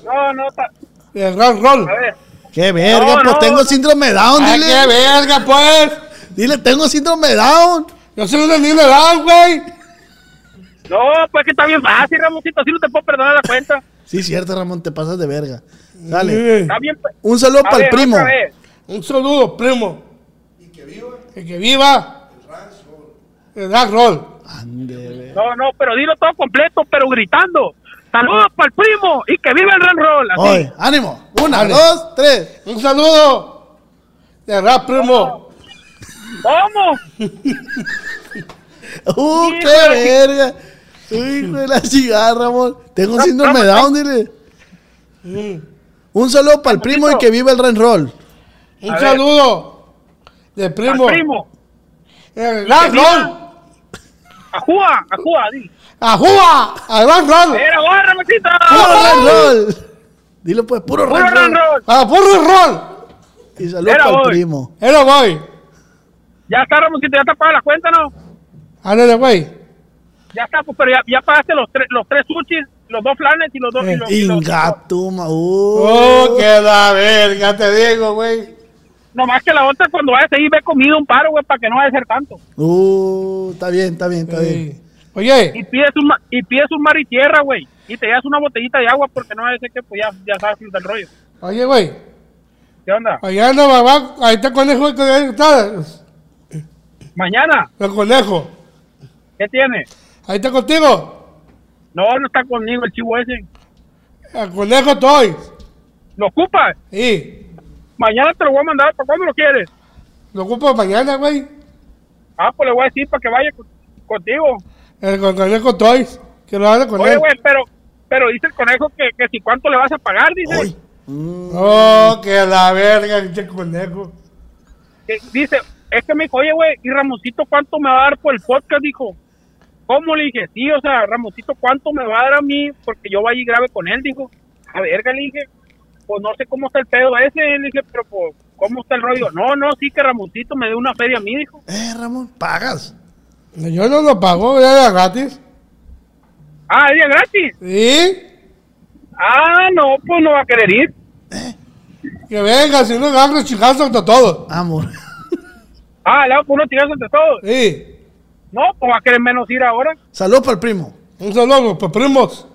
[SPEAKER 8] no, no, ta-
[SPEAKER 3] el Grand Roll.
[SPEAKER 8] a ver.
[SPEAKER 2] Qué verga,
[SPEAKER 8] No,
[SPEAKER 2] pues
[SPEAKER 8] no, Ah,
[SPEAKER 2] tengo
[SPEAKER 8] no.
[SPEAKER 2] síndrome de Down,
[SPEAKER 3] ¡Ay,
[SPEAKER 2] dile.
[SPEAKER 3] qué verga, pues!
[SPEAKER 2] Dile, tengo síndrome de Down.
[SPEAKER 3] Yo soy una niña de edad, güey.
[SPEAKER 8] No, pues que está bien fácil, Ramoncito, así no te puedo perdonar la cuenta.
[SPEAKER 2] Sí, cierto, Ramón, te pasas de verga. Dale.
[SPEAKER 3] Sí.
[SPEAKER 8] Está bien. pe-
[SPEAKER 2] Un saludo
[SPEAKER 8] A
[SPEAKER 2] para el
[SPEAKER 8] ver,
[SPEAKER 2] primo.
[SPEAKER 8] otra vez.
[SPEAKER 3] Un saludo, primo. Y que viva. El Grand Roll.
[SPEAKER 2] Ande,
[SPEAKER 8] No, no, pero dilo todo completo, pero gritando. Saludos pa'l primo y que viva el rock and roll. así.
[SPEAKER 2] Oye, ánimo. Una,
[SPEAKER 3] Dale.
[SPEAKER 2] dos, tres.
[SPEAKER 3] Un saludo. De rap, primo.
[SPEAKER 8] ¿Cómo?
[SPEAKER 2] Uh,
[SPEAKER 8] Sí,
[SPEAKER 2] qué
[SPEAKER 8] güey.
[SPEAKER 2] verga. Uy, güey, la cigarra, Ramón. Tengo un síndrome de Down, dile. Un saludo para el primo y que viva el rock and roll.
[SPEAKER 3] Un
[SPEAKER 8] A ver.
[SPEAKER 3] saludo. De primo.
[SPEAKER 8] Al primo.
[SPEAKER 3] El Grand
[SPEAKER 8] Que viva.
[SPEAKER 3] Roll.
[SPEAKER 8] Ajúa, ajúa, di.
[SPEAKER 3] ¡Ajúa! ¡Al Grand Roll!
[SPEAKER 8] Era barra, Maxito.
[SPEAKER 2] ¡Puro rock and roll! Dile pues, puro rock
[SPEAKER 8] Puro
[SPEAKER 2] and
[SPEAKER 8] rock and
[SPEAKER 2] roll.
[SPEAKER 8] roll.
[SPEAKER 3] ¡A puro roll!
[SPEAKER 2] Y saludo
[SPEAKER 8] Era
[SPEAKER 2] para el
[SPEAKER 8] hoy.
[SPEAKER 2] primo.
[SPEAKER 3] ¡Era, güey!
[SPEAKER 8] Ya está, Ramoncito, ya está pagada la cuenta, ¿no?
[SPEAKER 3] ¡Ándale, güey!
[SPEAKER 8] Ya está, pues, pero ya, ya pagaste los, tres los tres sushis, los dos flanes y los dos. y los- y los-
[SPEAKER 2] Ingatuma,
[SPEAKER 3] ¡Oh,
[SPEAKER 2] uh.
[SPEAKER 3] qué la verga! Te digo, güey.
[SPEAKER 8] Nomás que la otra, cuando vayas ahí, ve comido un paro, güey, para que no vaya a ser tanto.
[SPEAKER 2] Uh, está bien, está bien, está bien.
[SPEAKER 3] Sí. Oye.
[SPEAKER 8] Y pides un, ma- y pides un mar y tierra, güey. Y te llevas una botellita de agua porque no vaya a ser que, pues, ya, ya sabes del rollo.
[SPEAKER 3] Oye, güey.
[SPEAKER 8] ¿Qué onda?
[SPEAKER 3] Allá anda mamá, ahí está el conejo, que ahí está,
[SPEAKER 8] Mañana,
[SPEAKER 3] el conejo.
[SPEAKER 8] ¿qué tiene?
[SPEAKER 3] Ahí está contigo,
[SPEAKER 8] No, no está conmigo el chivo ese.
[SPEAKER 3] el conejo Toys.
[SPEAKER 8] ¿Lo ocupa?
[SPEAKER 3] Y
[SPEAKER 8] Mañana te lo voy a mandar. ¿Para cuándo lo quieres?
[SPEAKER 3] lo ocupo mañana, güey.
[SPEAKER 8] Ah, pues le voy a decir para que vaya con- contigo.
[SPEAKER 3] El con- conejo Toys, que lo haga con
[SPEAKER 8] Oye,
[SPEAKER 3] él.
[SPEAKER 8] güey, pero, pero dice el conejo que, que si cuánto le vas a pagar, dice.
[SPEAKER 2] Uy. Mm.
[SPEAKER 3] Oh, que la verga, este conejo.
[SPEAKER 8] Que- dice, es que me dijo, oye, güey, ¿y Ramoncito cuánto me va a dar por el podcast? Dijo, ¿cómo le dije? Sí, o sea, Ramoncito, ¿cuánto me va a dar a mí? Porque yo vaya y grabe con él, dijo. A verga, le dije, pues no sé cómo está el pedo ese, le dije, pero pues, ¿cómo está el rollo? No, no, sí que Ramoncito me dé una feria a mí, dijo.
[SPEAKER 2] Eh, Ramón, pagas.
[SPEAKER 3] Yo no lo pago, ya era gratis.
[SPEAKER 8] Ah, ¿era gratis?
[SPEAKER 3] Y
[SPEAKER 8] Ah, no, pues no va a querer ir.
[SPEAKER 3] que venga, si no agarro chicazos entre todos.
[SPEAKER 2] Amor.
[SPEAKER 8] Ah, le hago unos tiros entre todos.
[SPEAKER 3] Y
[SPEAKER 8] No, pues va a querer menos ir ahora.
[SPEAKER 2] Saludo para el primo
[SPEAKER 3] un saludo, pues primos.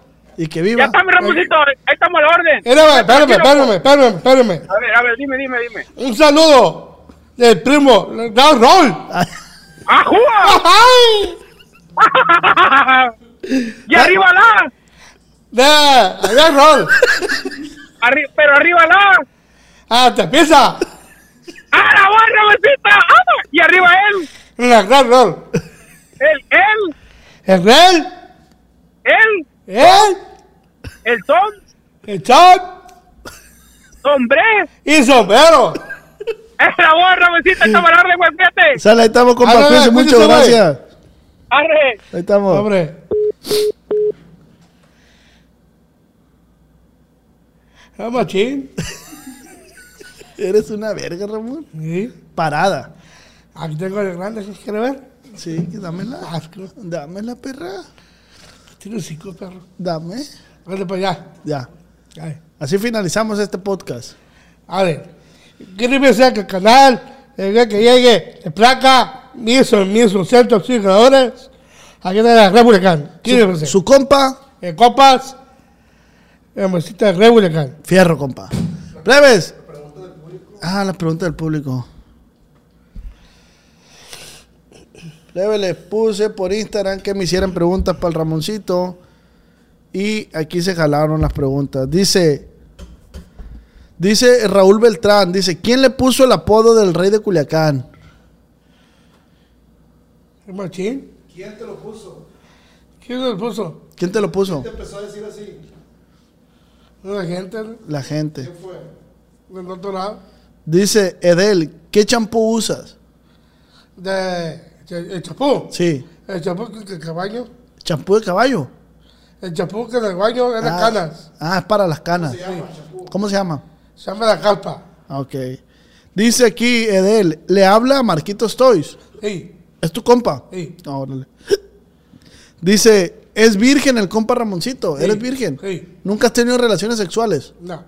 [SPEAKER 2] y que
[SPEAKER 8] Ya
[SPEAKER 2] viva.
[SPEAKER 8] está, mi Ramoncito, ahí estamos a la orden.
[SPEAKER 3] Espérame, espérame,
[SPEAKER 8] Tranquilo,
[SPEAKER 3] espérame, espérame, espérame.
[SPEAKER 8] pues. A ver, a ver, dime, dime, dime.
[SPEAKER 3] Un saludo del primo, da rol.
[SPEAKER 8] ¡Ah, ¡Ajúa!
[SPEAKER 3] ¡Ay!
[SPEAKER 8] y
[SPEAKER 3] Ah.
[SPEAKER 8] arriba la,
[SPEAKER 3] De, allá rol.
[SPEAKER 8] arri- pero arriba la.
[SPEAKER 3] Ah, te empieza.
[SPEAKER 8] ¡A la barra, besita! ¡Vamos! Y arriba él,
[SPEAKER 3] La gran rol.
[SPEAKER 8] él, él,
[SPEAKER 3] El rel,
[SPEAKER 8] él,
[SPEAKER 3] el,
[SPEAKER 8] el son,
[SPEAKER 3] el chon
[SPEAKER 8] hombre.
[SPEAKER 3] y sombrero.
[SPEAKER 8] ¡A la barra, besita! ¡Estamos a la orden, güey, fíjate!
[SPEAKER 2] Sale, ahí estamos, compa.
[SPEAKER 3] Ándale,
[SPEAKER 2] Cuídense mucho,
[SPEAKER 3] cuídense, güey.
[SPEAKER 2] gracias.
[SPEAKER 8] ¡Arre!
[SPEAKER 2] Ahí estamos.
[SPEAKER 3] Hombre. Ah, machín.
[SPEAKER 2] Eres una verga, Ramón.
[SPEAKER 3] Sí.
[SPEAKER 2] Parada.
[SPEAKER 3] Aquí tengo el grande, ¿qué quiere ver?
[SPEAKER 2] Sí, que dámela.
[SPEAKER 3] Ah, Asco.
[SPEAKER 2] Dámela, perra.
[SPEAKER 3] Tiene cinco perros.
[SPEAKER 2] Dame.
[SPEAKER 3] Vete para allá.
[SPEAKER 2] Ya.
[SPEAKER 3] Ay.
[SPEAKER 2] Así finalizamos este podcast.
[SPEAKER 3] A ver. Gríbese al canal. el día que llegue. De placa. Miso, Miso, cientos jugadores. Aquí está la Republican.
[SPEAKER 2] Su, su compa,
[SPEAKER 3] En Eh, copas. Eh, En bolsita Republican.
[SPEAKER 2] fierro, compa. Plebes. Ah, la pregunta del público. Plebe, les puse por Instagram que me hicieran preguntas para el Ramoncito. Y aquí se jalaron las preguntas. Dice. Dice Raúl Beltrán, dice, ¿quién le puso el apodo del rey de Culiacán?
[SPEAKER 3] El machín.
[SPEAKER 4] ¿Quién te lo puso?
[SPEAKER 3] Eh, ¿Quién lo puso?
[SPEAKER 2] ¿Quién te lo puso?
[SPEAKER 4] Te empezó a decir así.
[SPEAKER 3] La gente ¿no?
[SPEAKER 2] La gente.
[SPEAKER 4] ¿Qué fue?
[SPEAKER 3] del otro lado.
[SPEAKER 2] Dice, Edel, ¿qué champú usas?
[SPEAKER 3] De, de- el chapú.
[SPEAKER 2] Sí.
[SPEAKER 3] El chapú que, que, que baño.
[SPEAKER 2] ¿Champú de caballo?
[SPEAKER 3] El chapú que en el baño era
[SPEAKER 2] ah,
[SPEAKER 3] canas.
[SPEAKER 2] Ah, es para las canas. ¿Cómo se llama?
[SPEAKER 3] Se llama la calpa.
[SPEAKER 2] Ah, Ok. Dice aquí, Edel, le habla a Marquitos Toys.
[SPEAKER 3] Sí,
[SPEAKER 2] ¿Es tu compa?
[SPEAKER 3] sí.
[SPEAKER 2] Ah, Órale. Dice, es virgen el compa Ramoncito.
[SPEAKER 3] Sí,
[SPEAKER 2] ¿Eres virgen?
[SPEAKER 3] sí.
[SPEAKER 2] ¿Nunca has tenido relaciones sexuales?
[SPEAKER 3] No.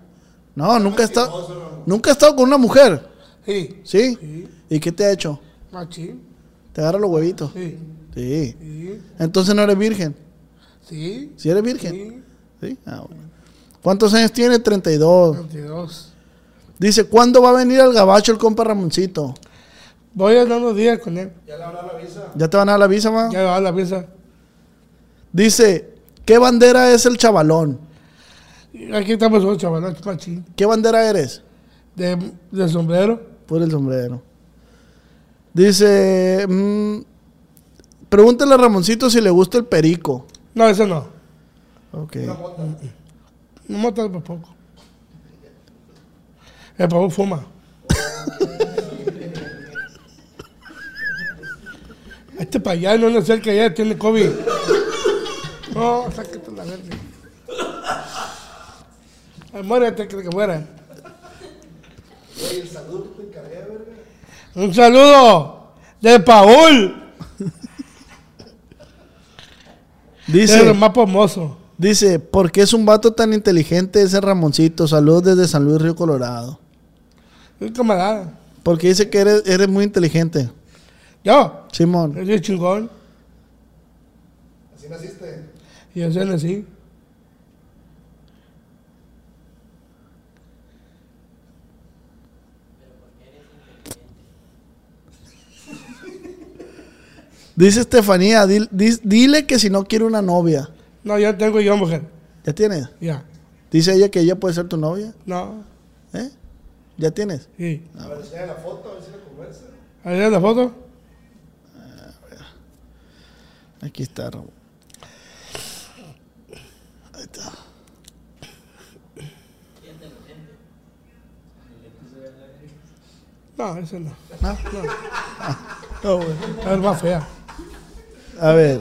[SPEAKER 2] No, nunca has estado, nunca has estado con una mujer.
[SPEAKER 3] Sí.
[SPEAKER 2] ¿Sí?
[SPEAKER 3] Sí.
[SPEAKER 2] ¿Y qué te ha hecho?
[SPEAKER 3] Machín.
[SPEAKER 2] Te agarra los huevitos.
[SPEAKER 3] Ah, Sí.
[SPEAKER 2] Sí.
[SPEAKER 3] Sí.
[SPEAKER 2] Entonces no eres virgen.
[SPEAKER 3] Sí.
[SPEAKER 2] Si eres virgen.
[SPEAKER 3] Sí.
[SPEAKER 2] Sí. Ah, bueno. ¿Cuántos años tiene? 32.
[SPEAKER 3] 22.
[SPEAKER 2] Dice, ¿cuándo va a venir al gabacho el compa Ramoncito?
[SPEAKER 3] Voy a andar unos días con él.
[SPEAKER 2] ¿Ya te van a dar la visa, ma?
[SPEAKER 3] Ya va la mesa.
[SPEAKER 2] Dice, ¿qué bandera es el chavalón?
[SPEAKER 3] Aquí estamos los chavalos, machín.
[SPEAKER 2] ¿Qué bandera eres?
[SPEAKER 3] De, de sombrero.
[SPEAKER 2] Por el sombrero. Dice, mm, pregúntale a Ramoncito si le gusta el perico.
[SPEAKER 3] No, eso no.
[SPEAKER 2] Ok.
[SPEAKER 3] No mata por poco. El pavo fuma. este payano no es el que ya tiene COVID. No, sáquete la verga. Ay, muérete, que que muera. Un saludo de Paul, que es
[SPEAKER 2] Dice,
[SPEAKER 3] el más pomoso.
[SPEAKER 2] dice, ¿por qué es un vato tan inteligente ese Ramoncito? Saludos desde San Luis Río Colorado.
[SPEAKER 3] Un camarada.
[SPEAKER 2] Porque dice que eres, eres muy inteligente.
[SPEAKER 3] Yo,
[SPEAKER 2] Simón.
[SPEAKER 3] yo soy chingón.
[SPEAKER 4] Así naciste.
[SPEAKER 3] Y yo soy así.
[SPEAKER 2] Dice Estefanía, dil- dis- dile que si no quiere una novia.
[SPEAKER 3] No, yo tengo yo mujer.
[SPEAKER 2] ¿Ya tienes?
[SPEAKER 3] Ya.
[SPEAKER 2] Dice ella que ella puede ser tu novia.
[SPEAKER 3] No.
[SPEAKER 2] ¿Eh? ¿Ya tienes?
[SPEAKER 3] Sí. A ver, la foto,
[SPEAKER 2] Aquí está, Ramón. Ahí está.
[SPEAKER 3] a ver si la conversa. No, esa
[SPEAKER 2] ¿No?
[SPEAKER 3] no. No, güey. Es más fea.
[SPEAKER 2] A ver,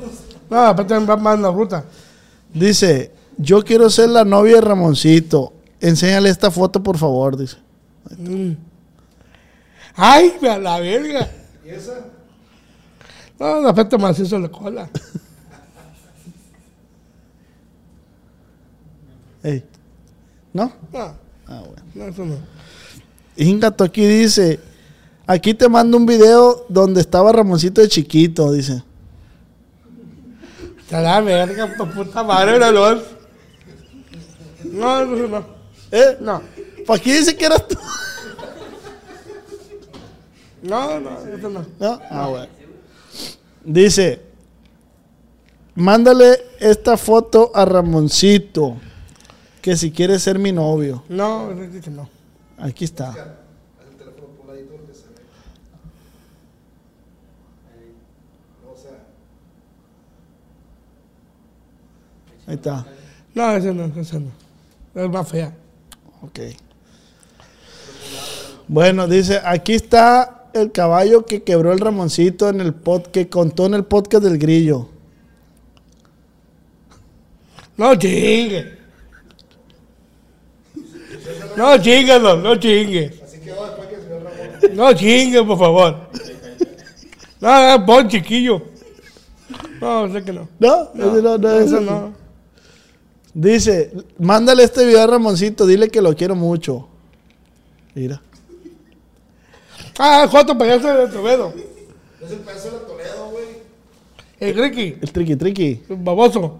[SPEAKER 3] No, aparte va más en la ruta.
[SPEAKER 2] dice, yo quiero ser la novia de Ramoncito. Enséñale esta foto, por favor, dice.
[SPEAKER 3] Mm. Ay, a la verga. ¿Y esa? No, la afecta más eso la cola.
[SPEAKER 2] Ey. ¿No?
[SPEAKER 3] No,
[SPEAKER 2] Ah, bueno.
[SPEAKER 3] no, eso no.
[SPEAKER 2] Ingato aquí dice, aquí te mando un video donde estaba Ramoncito de chiquito, dice.
[SPEAKER 3] Está la verga, pa' puta madre, la luz. No, no, no.
[SPEAKER 2] ¿Eh?
[SPEAKER 3] No,
[SPEAKER 2] ¿Para qué dice que eras tú?
[SPEAKER 3] no, no, eso no.
[SPEAKER 2] ¿No? Ah, bueno. Dice, mándale esta foto a Ramoncito, que si quiere ser mi novio.
[SPEAKER 3] No, eso dice no.
[SPEAKER 2] Aquí está. Ahí está.
[SPEAKER 3] No, eso no, eso no. Es más fea.
[SPEAKER 2] Ok. Bueno, dice, aquí está el caballo que quebró el Ramoncito en el pod, que contó en el podcast del grillo.
[SPEAKER 3] No chingue. No chingalo, no chingue. No chingue, por favor. No, no, pon chiquillo. No, sé que no.
[SPEAKER 2] ¿No? Ese no, no, ese
[SPEAKER 3] eso
[SPEAKER 2] no.
[SPEAKER 3] no.
[SPEAKER 2] Dice, mándale este video a Ramoncito, dile que lo quiero mucho. Mira.
[SPEAKER 3] Ah, Joto payaso de Toledo.
[SPEAKER 4] Es el pedazo de la Toledo, güey.
[SPEAKER 3] El Ricky,
[SPEAKER 2] El triqui triqui.
[SPEAKER 3] el baboso.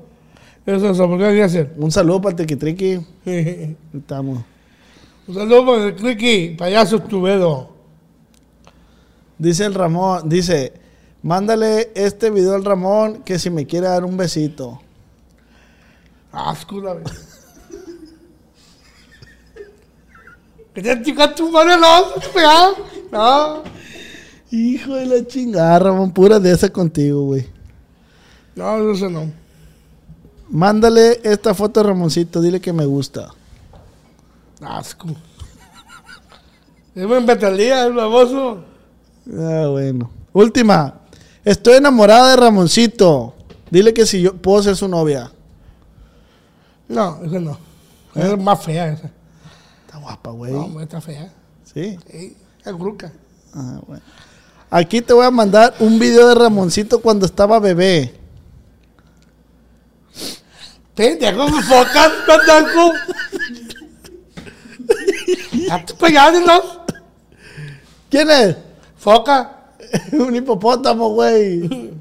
[SPEAKER 3] Eso es lo que hay que hacer.
[SPEAKER 2] Un saludo para el triqui triqui.
[SPEAKER 3] Un
[SPEAKER 2] Estamos.
[SPEAKER 3] saludo para el Ricky, payaso tubedo.
[SPEAKER 2] Dice el Ramón, dice, mándale este video al Ramón que si me quiere dar un besito.
[SPEAKER 3] Asco, la verdad. Que te chica tu madre, no, te pegaba. No,
[SPEAKER 2] Hijo de la chingada, Ramón, pura de esa contigo, güey.
[SPEAKER 3] no, eso no.
[SPEAKER 2] Mándale esta foto a Ramoncito, dile que me gusta.
[SPEAKER 3] Asco. Es buen betalía, el baboso.
[SPEAKER 2] Ah, bueno. Última. Estoy enamorada de Ramoncito. Dile que si yo puedo ser su novia.
[SPEAKER 3] No, eso no. Es más fea esa.
[SPEAKER 2] Está guapa, güey.
[SPEAKER 3] No, hombre, está fea.
[SPEAKER 2] Sí.
[SPEAKER 3] Sí, es gruca.
[SPEAKER 2] Ah, bueno. Aquí te voy a mandar un video de Ramoncito cuando estaba bebé.
[SPEAKER 3] Pendejo, focas, pendejo. Ya te pegaste, ¿no?
[SPEAKER 2] ¿Quién es?
[SPEAKER 3] Foca.
[SPEAKER 2] un hipopótamo, güey.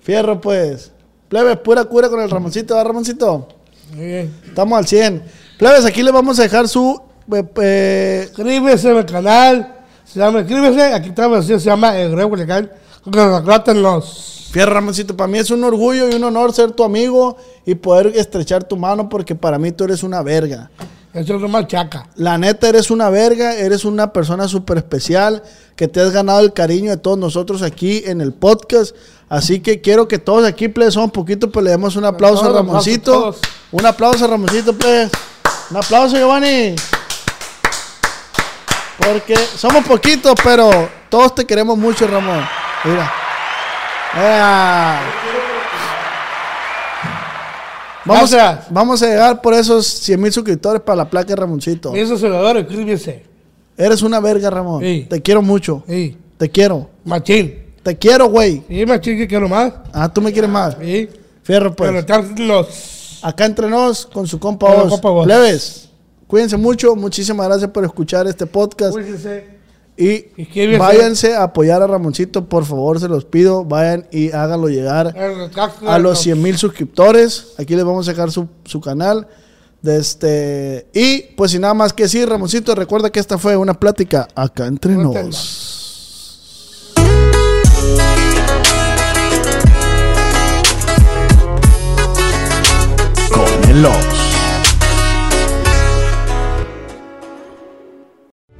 [SPEAKER 2] Fierro, pues. Plebes, pura cura con el Ramoncito, ¿verdad, Ramoncito?
[SPEAKER 3] Muy bien.
[SPEAKER 2] Estamos al 100. Plebes, aquí le vamos a dejar su... eh, eh,
[SPEAKER 3] Suscríbese al canal. Se llama, escríbese. Aquí está la versión, se llama El Grego Legal. Retrátenlos.
[SPEAKER 2] Fierro Ramoncito, para mí es un orgullo y un honor ser tu amigo y poder estrechar tu mano porque para mí tú eres una verga.
[SPEAKER 3] Eso es lo más chaca.
[SPEAKER 2] La neta, eres una verga, eres una persona súper especial, que te has ganado el cariño de todos nosotros aquí en el podcast. Así que quiero que todos aquí, please, un poquito, pues le demos un aplauso a
[SPEAKER 3] todos,
[SPEAKER 2] Ramoncito.
[SPEAKER 3] aplauso a todos.
[SPEAKER 2] Un aplauso a Ramoncito, pues. Un aplauso, Giovanni. Porque somos poquitos, pero todos te queremos mucho, Ramón. Mira. Ea. Vamos, a,
[SPEAKER 3] Gracias.
[SPEAKER 2] vamos a llegar por esos 100 mil suscriptores para la placa de Ramoncito.
[SPEAKER 3] Mis salvadores, escríbese.
[SPEAKER 2] Eres una verga, Ramón.
[SPEAKER 3] Sí.
[SPEAKER 2] Te quiero mucho.
[SPEAKER 3] Sí.
[SPEAKER 2] Te quiero.
[SPEAKER 3] Machín.
[SPEAKER 2] Te quiero, güey.
[SPEAKER 3] Sí, machín, que quiero más.
[SPEAKER 2] Ah, tú me quieres más.
[SPEAKER 3] Sí.
[SPEAKER 2] Fierro, pues.
[SPEAKER 3] Retrátenlos.
[SPEAKER 2] Acá entre nos con su compa
[SPEAKER 3] Con la
[SPEAKER 2] Oz.
[SPEAKER 3] compa Oz.
[SPEAKER 2] Leves, cuídense mucho. Muchísimas gracias por escuchar este podcast.
[SPEAKER 3] Cuídense.
[SPEAKER 2] Y
[SPEAKER 3] Suscríbete.
[SPEAKER 2] váyanse a apoyar a Ramoncito, por favor, se los pido. Vayan y háganlo llegar a los 100 mil suscriptores. Aquí les vamos a dejar su, su canal. De este, y pues sin nada más que decir, Ramoncito, recuerda que esta fue una plática acá entre
[SPEAKER 3] Cuéntenla.
[SPEAKER 2] nos. Con el Oz.